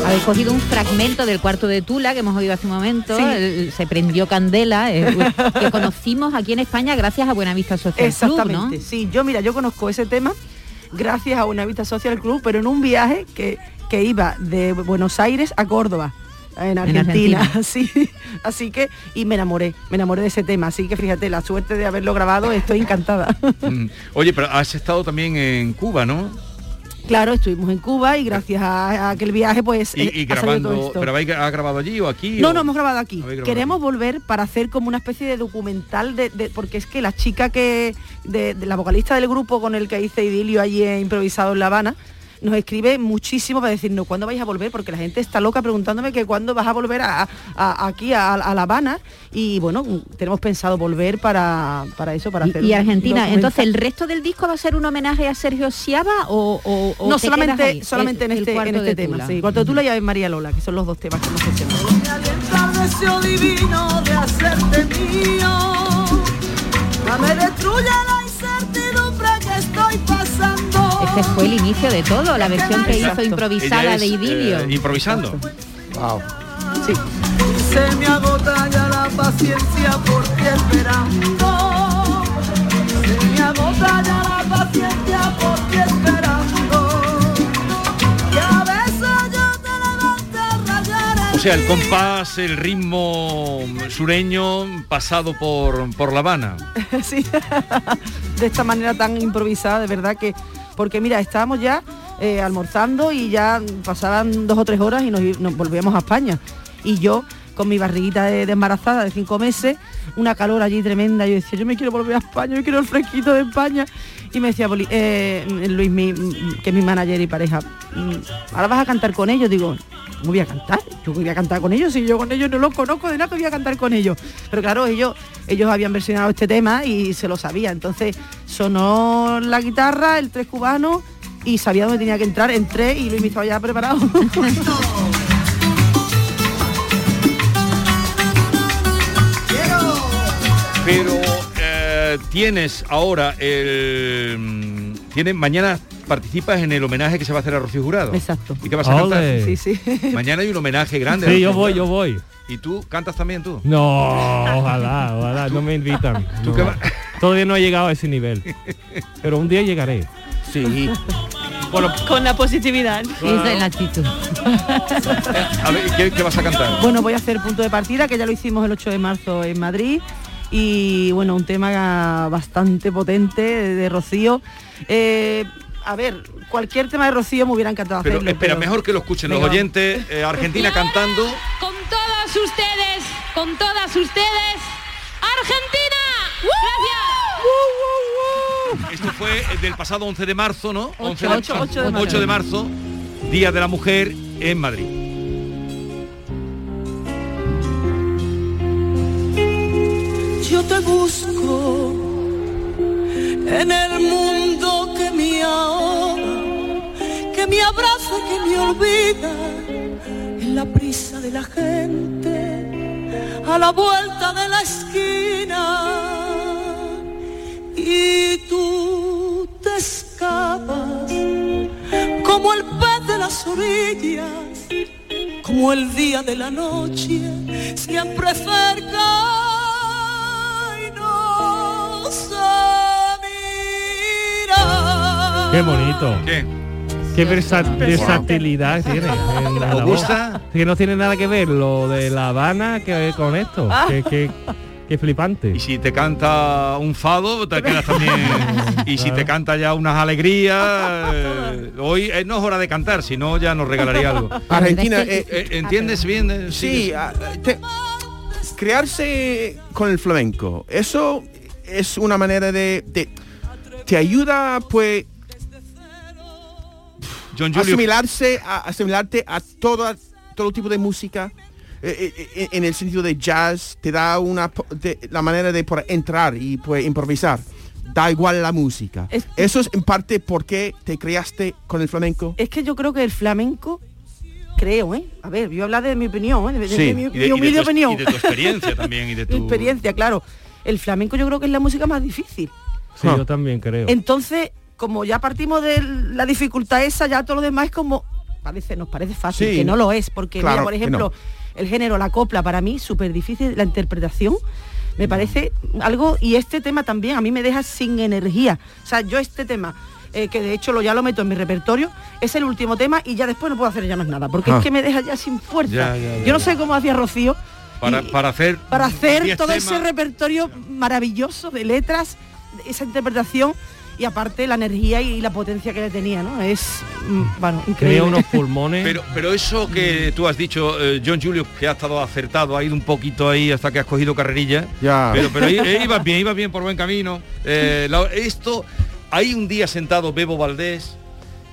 Habéis cogido un fragmento del cuarto de Tula que hemos oído hace un momento,
Sí.
el- se prendió candela, eh, que conocimos aquí en España gracias a Buenavista Social Club,
Exactamente,
¿no?
sí. Yo, mira, yo conozco ese tema gracias a una vista social club, pero en un viaje que, que iba de Buenos Aires a Córdoba, en Argentina,
Argentina.
así. Así que, y me enamoré, me enamoré de ese tema. Así que fíjate, la suerte de haberlo grabado, estoy encantada.
Mm. Oye, pero has estado también en Cuba, ¿no?
claro, estuvimos en Cuba y gracias a, a aquel viaje, pues.
Y,
eh,
y
ha salido todo
grabando.
esto.
¿Pero habéis gra- has grabado allí o aquí?
No,
o-
no, hemos grabado aquí.
Habéis grabado
Queremos volver para hacer como una especie de documental de, de- porque es que la chica que de, de la vocalista del grupo con el que hice idilio allí en improvisado en La Habana nos escribe muchísimo para decirnos cuándo vais a volver porque la gente está loca preguntándome que cuándo vas a volver a, a- aquí a, a La Habana y bueno tenemos pensado volver para, para eso para hacer
Y
un
Argentina,
documental.
entonces el resto del disco va a ser un homenaje a Sergio Siaba o, o- o
no
te quedas ahí?
solamente
El-
solamente en
el
este, en
cuarto
este
de
tema
Tula.
sí, cuarto de Tula y Ave María Lola que son los dos temas que nos hacemos
el deseo divino de hacerte mío. No me destruya la incertidumbre que estoy pasando.
Este fue el inicio de todo, la versión que hizo
Exacto.
improvisada
Ella es,
de Idilio.
eh, improvisando. Wow.
Se me agota ya la paciencia por ti esperando. Se me agota ya la paciencia por ti esperando. Y a veces yo te levanto a rayar el
O sea, el compás, el ritmo sureño pasado por, por La Habana.
Sí. de esta manera tan improvisada, de verdad que, porque mira, estábamos ya eh, almorzando y ya pasaban dos o tres horas y nos, i- nos volvíamos a España. Y yo, con mi barriguita de, de embarazada de cinco meses, una calor allí tremenda, yo decía, yo me quiero volver a España, yo quiero el fresquito de España. Y me decía Poli- eh, Luis, mi- que es mi manager y pareja, "Mm, ahora vas a cantar con ellos, digo, ¿cómo voy a cantar? Yo voy a cantar con ellos, si yo con ellos no los conozco de nada, que voy a cantar con ellos. Pero claro, ellos, ellos habían versionado este tema y se lo sabía. Entonces sonó la guitarra, el tres cubano y sabía dónde tenía que entrar, entré y Luis me estaba ya preparado.
Pero eh, tienes ahora el... Tienes, mañana participas en el homenaje que se va a hacer a Rocío Jurado.
Exacto.
¿Y qué vas a cantar?
Ole. Sí,
Mañana hay un homenaje grande. a
Sí,
Rocío
yo voy,
Jurado.
yo voy.
¿Y tú cantas también tú?
No, ojalá, ojalá, no me invitan. No. Todavía no he llegado a ese nivel. Pero un día llegaré.
Sí.
Con la positividad.
Esa es la
actitud.
A ver, ¿qué, qué vas a cantar?
Bueno, voy a hacer punto de partida, que ya lo hicimos el 8 de marzo en Madrid. Y bueno, un tema bastante potente de, de Rocío. Eh, a ver, cualquier tema de Rocío me hubiera encantado
Pero
hacerlo.
espera,
pero-
mejor que lo escuchen los
Venga, vamos.
oyentes. eh, Argentina cantando.
Con todas ustedes, con todas ustedes, Argentina.
Esto fue eh, del pasado 11 de marzo, ¿no? 11 de,
ocho, ocho de marzo.
8 de marzo, Día de la Mujer en Madrid.
Yo te busco en el mundo que me ahoga, que me abraza, que me olvida, en la prisa de la gente, a la vuelta de la esquina. Y y tú te escapas como el pez de las orillas, como el día de la noche, siempre cerca y no se mira.
Qué bonito. Qué versa- versatilidad tiene. en la voz.
gusta?
Que no tiene nada que ver lo de La Habana que con esto.
Ah.
Que, que- que flipante.
Y si te canta un fado, te quedas también. Y si te canta ya unas alegrías, eh, hoy eh, no es hora de cantar, si no ya nos regalaría algo.
Ah, Argentina,
este-
Eh, eh,
Ah,
¿entiendes bien? Eh,
Sí, ah, te- crearse con el flamenco, eso es una manera de, de- te ayuda pues
John Julio-
asimilarse, a, asimilarte a toda, todo tipo de música. eh, eh, eh, En el sentido de jazz te da una po- de- la manera de por entrar y pues improvisar. Da igual la música. Eso es en parte porque te creaste con el flamenco.
Es que yo creo que el flamenco, creo, ¿eh? A ver, yo hablar de mi opinión, ¿eh? de, de- de mi,
y
mi
de- y de
humilde
tu-
opinión.
Y de tu experiencia también y de
Mi
tu
experiencia, claro. El flamenco yo creo que es la música más difícil.
Sí, yo también creo.
Entonces, como ya partimos de la dificultad esa, ya todo lo demás es como parece nos parece fácil, Sí. que no lo es, porque mira, Claro por que ejemplo, no. el género la copla para mí súper difícil la interpretación. Me parece algo y este tema también a mí me deja sin energía. O sea, yo este tema eh, que de hecho lo ya lo meto en mi repertorio, es el último tema y ya después no puedo hacer ya más nada, porque
Ah.
es que me deja ya sin fuerza.
Ya, ya, ya,
yo no
ya.
sé cómo hacía Rocío
para, para hacer
para hacer
10
todo
temas.
ese repertorio maravilloso de letras, de esa interpretación y aparte la energía y la potencia que le tenía, ¿no? Es, mm, bueno, increíble.
pulmones.
Pero, pero eso
Mm.
que tú has dicho, eh, John Julius, que ha estado acertado, ha ido un poquito ahí hasta que has cogido carrerilla.
Ya.
Pero, pero i- eh, ibas bien, ibas bien por buen camino. Eh, la- esto, hay un día sentado Bebo Valdés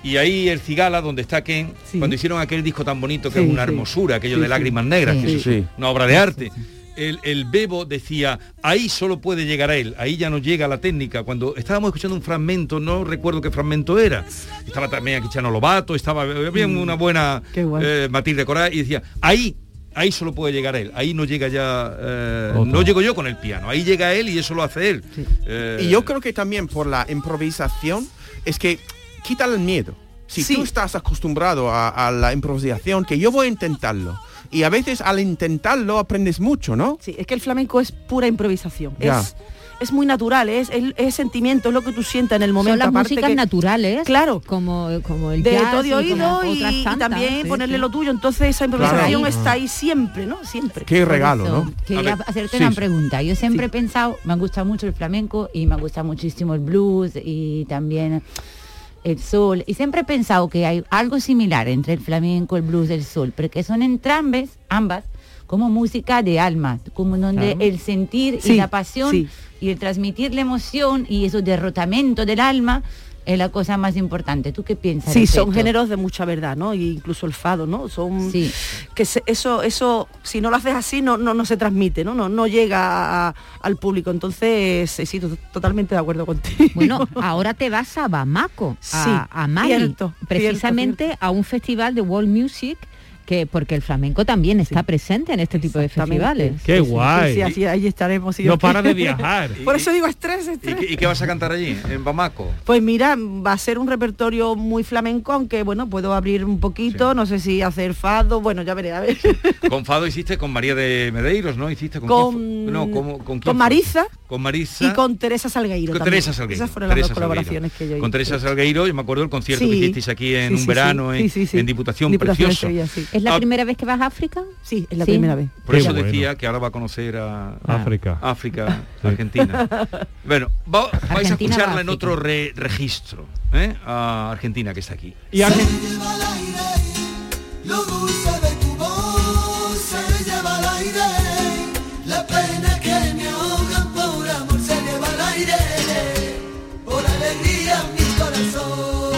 y ahí el Cigala, donde está Ken, cuando hicieron aquel disco tan bonito que
Sí,
es una
sí.
hermosura, aquello
Sí,
de
sí.
lágrimas negras,
Sí.
que eso
Sí.
es una obra de arte. El, el Bebo decía, ahí solo puede llegar a él, ahí ya no llega la técnica. Cuando estábamos escuchando un fragmento, no recuerdo qué fragmento era, estaba también aquí Chano Lobato, estaba, había
Mm.
una buena
Qué guay.
eh, Matilde Coral y decía, ahí, ahí solo puede llegar él, ahí no llega ya, eh, no llego yo con el piano, ahí llega él y eso lo hace él. Eh,
Y yo creo que también por la improvisación es que quita el miedo. Si tú estás acostumbrado a, a la improvisación, que yo voy a intentarlo. Y a veces al intentarlo aprendes mucho, ¿no?
Sí, es que el flamenco es pura improvisación.
Ya.
Es, es muy natural, es, es, es sentimiento, es lo que tú sientas en el momento.
Son las
aparte
músicas
que-
naturales. Claro. Como, como el
de
jazz
todo
y
de oído
como
y,
otras
y
tantas.
también
Sí,
ponerle
sí.
lo tuyo. Entonces esa improvisación
Claro.
está ahí siempre, ¿no? Siempre.
Qué regalo,
Eso,
¿no?
Quería
A ver, sí,
hacerte una
sí.
pregunta. Yo siempre he pensado, me gusta mucho el flamenco y me gusta muchísimo el blues y también el sol. Y siempre he pensado que hay algo similar entre el flamenco, el blues, el sol, porque son entrambes, ambas, como música de alma, como donde
Claro.
el sentir y
Sí,
la pasión
sí.
y el transmitir la emoción y ese derrotamiento del alma es la cosa más importante. ¿Tú qué piensas?
Sí, son
respecto?
géneros de mucha verdad, ¿no? Y incluso el fado, ¿no? Son que se- eso eso si no lo haces así no no, no se transmite, ¿no? No no llega a- al público. Entonces, eh, sí, sí, to- totalmente de acuerdo contigo.
Bueno, ahora te vas a Bamako, a,
Sí,
a Mali,
cierto,
precisamente a un festival de world music que porque el flamenco también está presente en este tipo de festivales.
Qué
Sí, sí,
guay.
Sí, sí, así, ahí estaremos. si
No
Dios
para de
quiere.
viajar.
Por eso digo estrés,
¿Y,
estrés.
qué- y qué vas a cantar allí, en Bamako?
Pues mira, va a ser un repertorio muy flamenco, aunque bueno, puedo abrir un poquito, no sé si hacer fado, bueno, ya veré, a ver.
Con Fado hiciste con María de Medeiros, ¿no? Hiciste con
Con-
quién fue? no, con, con, quién
con
fue?
Marisa
Con Marisa.
Y con Teresa Salgueiro.
Con
también.
Teresa Salgueiro.
Esas fueron las
Teresa
dos colaboraciones que yo hice.
Con Teresa Salgueiro, yo me acuerdo del concierto
Sí.
que hicisteis aquí en
Sí, sí,
un
sí.
verano en,
Sí, sí, sí.
en Diputación,
Diputación de
Precioso.
Sevilla, sí.
¿Es la
Ah,
primera vez que vas a África?
Sí, es la primera vez.
Por
Qué
eso
bueno.
decía que ahora va a conocer a
África.
África, Argentina. Bueno, va- vais a
Argentina va
escucharla
a
en
África.
otro re- registro, ¿eh? a Argentina que está aquí.
Y Argen-
lleva al aire, lo dulce de tu voz se lleva al aire, la pena que me ahogan por amor se lleva al aire, por alegría mi corazón.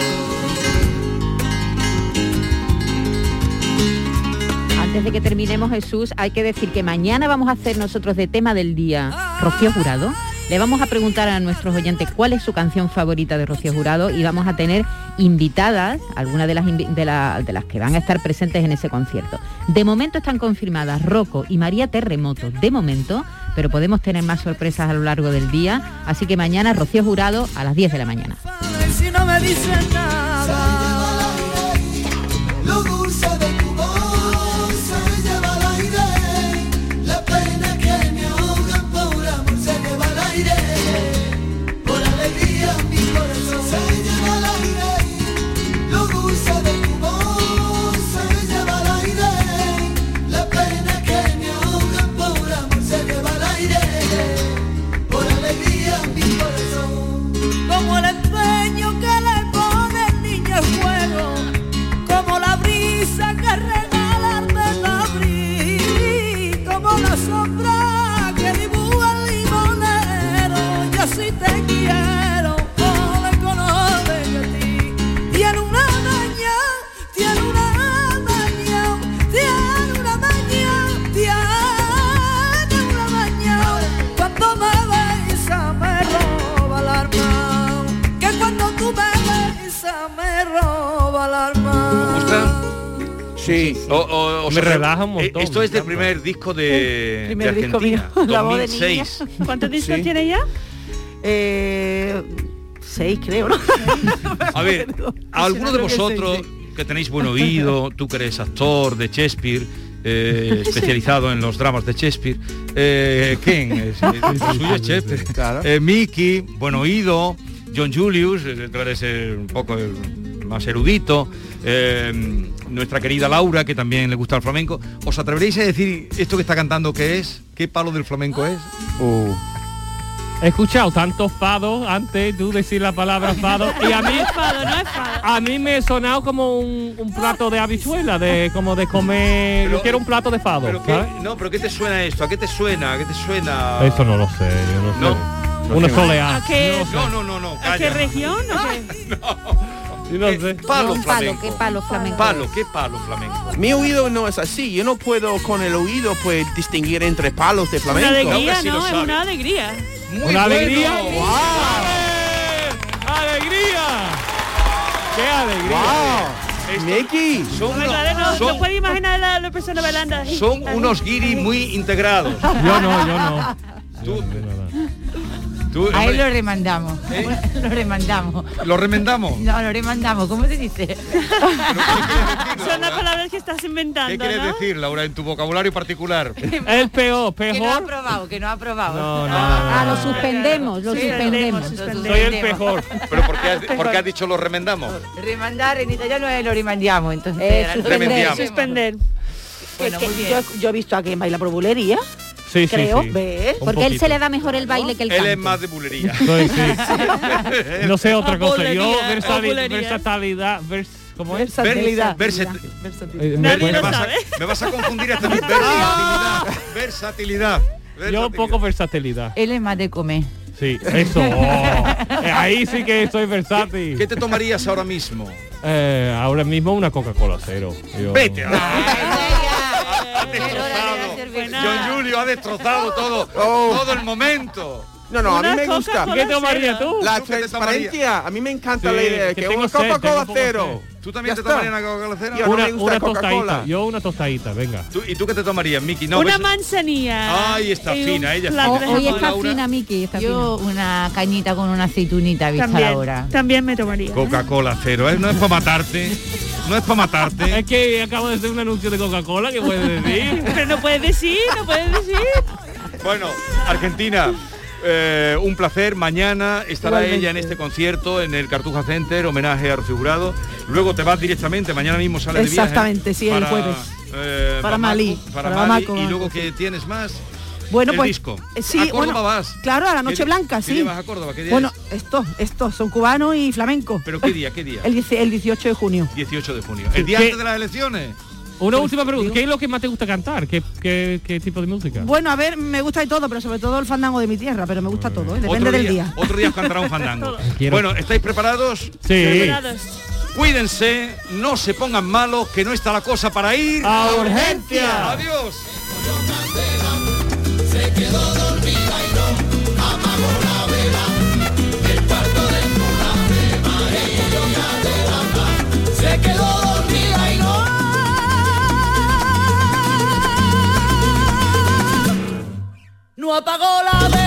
Antes de que terminemos, Jesús, hay que decir que mañana vamos a hacer nosotros de tema del día Rocío Jurado. Le vamos a preguntar a nuestros oyentes cuál es su canción favorita de Rocío Jurado y vamos a tener invitadas, algunas de las, invi- de, la- de las que van a estar presentes en ese concierto. De momento están confirmadas Rocco y María Terremoto, de momento, pero podemos tener más sorpresas a lo largo del día. Así que mañana Rocío Jurado a las 10 de la mañana.
Si no me dices nada, lo dulce de tu voz se me lleva al aire. La pena que me ahoga por amor se lleva al aire. Por alegría mi corazón se lleva al aire. Lo dulce de tu voz se me lleva al aire. La pena que me ahoga por amor se lleva al aire. Por alegría mi corazón como el empeño que le pone el niño al fuego, como la brisa que regala el abril, como la sombra que dibuja el limonero, yo sí te quiero, ole con ole que a ti, tiene una mañana, tiene una mañana, tiene una mañana, tiene una mañana, cuando me besa me roba el alma, que cuando tú me besas me roba el alma.
Sí. O, o- o
Me
sea,
relaja un montón,
eh, Esto es
me
del primer disco de,
Primer
de
disco mío,
Argentina,
La voz de
2006.
niña. ¿Cuántos discos
Sí.
tiene ya? Eh, seis, creo, ¿no?
A ver, a alguno de
creo que sí,
vosotros que tenéis buen oído, tú que eres actor de Shakespeare, eh, especializado en los dramas de Shakespeare, eh, Ken, es, es- es suyo es Shakespeare, Eh, Mickey, buen oído, John Julius, eh, tú eres eh, un poco eh, más erudito, eh, nuestra querida Laura, que también le gusta el flamenco, ¿os atreveréis a decir esto que está cantando qué es? ¿Qué palo del flamenco es?
Ah, Uh. He escuchado tantos fados antes, tú decir la palabra fado, y a mí, a mí me he sonado como un, un plato de habichuela, de como de comer, yo quiero un plato de fado, ¿sabes?
Ah, No, pero ¿qué te suena esto? ¿A qué te suena? ¿A qué te suena?
Eso no lo sé, yo no, sé. Una soleá.
¿A qué? No, no, no, no.
¿A qué
calla.
región? o qué?
Yo no
eh,
sé.
Palo
Un palo,
flamenco.
¿qué palo flamenco
Palo,
es?
¿qué palo flamenco?
Mi oído no es así, yo no puedo con el oído pues distinguir entre palos de flamenco.
Una alegría, ¿no? Es una alegría.
Una alegría.
¡Alegría! ¡Qué alegría!
Mickey,
son
Hombre,
unos-
claro, no,
son-
no puede imaginar a la, la persona bailando. ahí.
Son
Ahí.
unos guiris muy integrados.
Yo no, yo
Ah,
no.
Tú, tú,
A él
hombre,
lo remandamos. Lo remandamos.
lo remendamos.
No, lo remandamos. ¿Cómo se dice?
Son las palabras que estás inventando,
¿Qué quieres
¿no?
decir, Laura, en tu vocabulario particular?
El peor,
Que no ha aprobado, que no ha aprobado.
No, no,
Ah, lo suspendemos, lo
Sí,
suspendemos.
suspendemos. Soy el
peor.
¿Pero por qué has, por qué has dicho lo remendamos?
Remandar en italiano es lo remandiamo, entonces.
Eh,
era-
suspender, Remendiamo.
suspender.
Bueno,
Es que
muy bien.
Yo, yo he visto a quien baila por bulería.
Sí, sí,
creo,
sí.
¿ves?
Un Porque él poquito. se le
da mejor el baile que
el Él es canto.
más de bulería.
Soy- sí. No sé otra cosa. Yo
Populería,
versali-
populería.
versatilidad, vers, ¿cómo es?
Versatilidad.
Eh, me-
Nadie
me
lo
vas a-
sabe. Me vas a confundir hasta mi
Ah.
versatilidad. Versatilidad.
Yo un poco versatilidad.
Él es más de comer.
Sí, eso. oh. Eh, Ahí sí que soy versátil.
¿Qué te tomarías ahora mismo?
Eh, ahora mismo una Coca-Cola cero. Yo-
Vete. Pues John Julio ha destrozado todo, todo el momento.
Oh. No, no, a mí me gusta. La
¿Tú qué te tomarías?
transparencia. A mí me encanta
Sí,
la idea. Que
que tengo
una
sed, tengo
Coca-Cola
un poco
cero.
¿Tú también
Ya
te
está.
tomarías una Coca-Cola cero?
Yo no
Una,
me gusta
una
Coca-Cola.
tostadita. Yo una tostadita, venga.
¿Tú- ¿Y tú qué te tomarías, Miki? No,
una
ves-
manzanilla.
Ay, está
y un
fina, ella
plato de
fina.
jamón.
Miki.
Yo una cañita con una aceitunita vista
También,
ahora.
también me tomaría.
Coca-Cola cero, ¿eh? no es para matarte, no es para matarte.
Es que acabo de hacer un anuncio de Coca-Cola que puedes decir.
Pero no puedes decir, no puedes decir.
Bueno, Argentina, eh, un placer. Mañana estará
Igualmente.
ella en este concierto en el Cartuja Center, homenaje a Rocío Jurado. Luego te vas directamente, mañana mismo sales de viaje.
Exactamente, sí, el jueves.
eh,
Para
Bamako,
Malí,
Para,
para
Malí.
Bamako,
y luego que tienes más.
Bueno,
el
pues
disco.
eh, sí,
a Córdoba
bueno,
vas.
Claro, a la
¿Qué
Noche
di-
Blanca,
qué
sí.
día vas a Córdoba? ¿Qué día
bueno,
es?
estos, estos son cubanos y flamenco.
¿Pero qué día? ¿Qué día?
El, dieci- el 18 de junio.
18 de junio. El día
¿Qué?
antes de las elecciones.
Una última pregunta. ¿Qué es lo que más te gusta cantar? ¿Qué, qué- qué tipo de música?
Bueno, a ver, me gusta de todo, pero sobre todo el fandango de mi tierra, pero me gusta todo, ¿eh? depende
otro
del día.
Otro día os cantará un fandango. bueno, ¿estáis preparados? Cuídense, no se pongan malos, que no está la cosa para ir
a urgencia.
Adiós.
Se quedó dormida y no apagó la vela. El cuarto del monarca de María Candela. Se quedó dormida y no. No apagó la vela.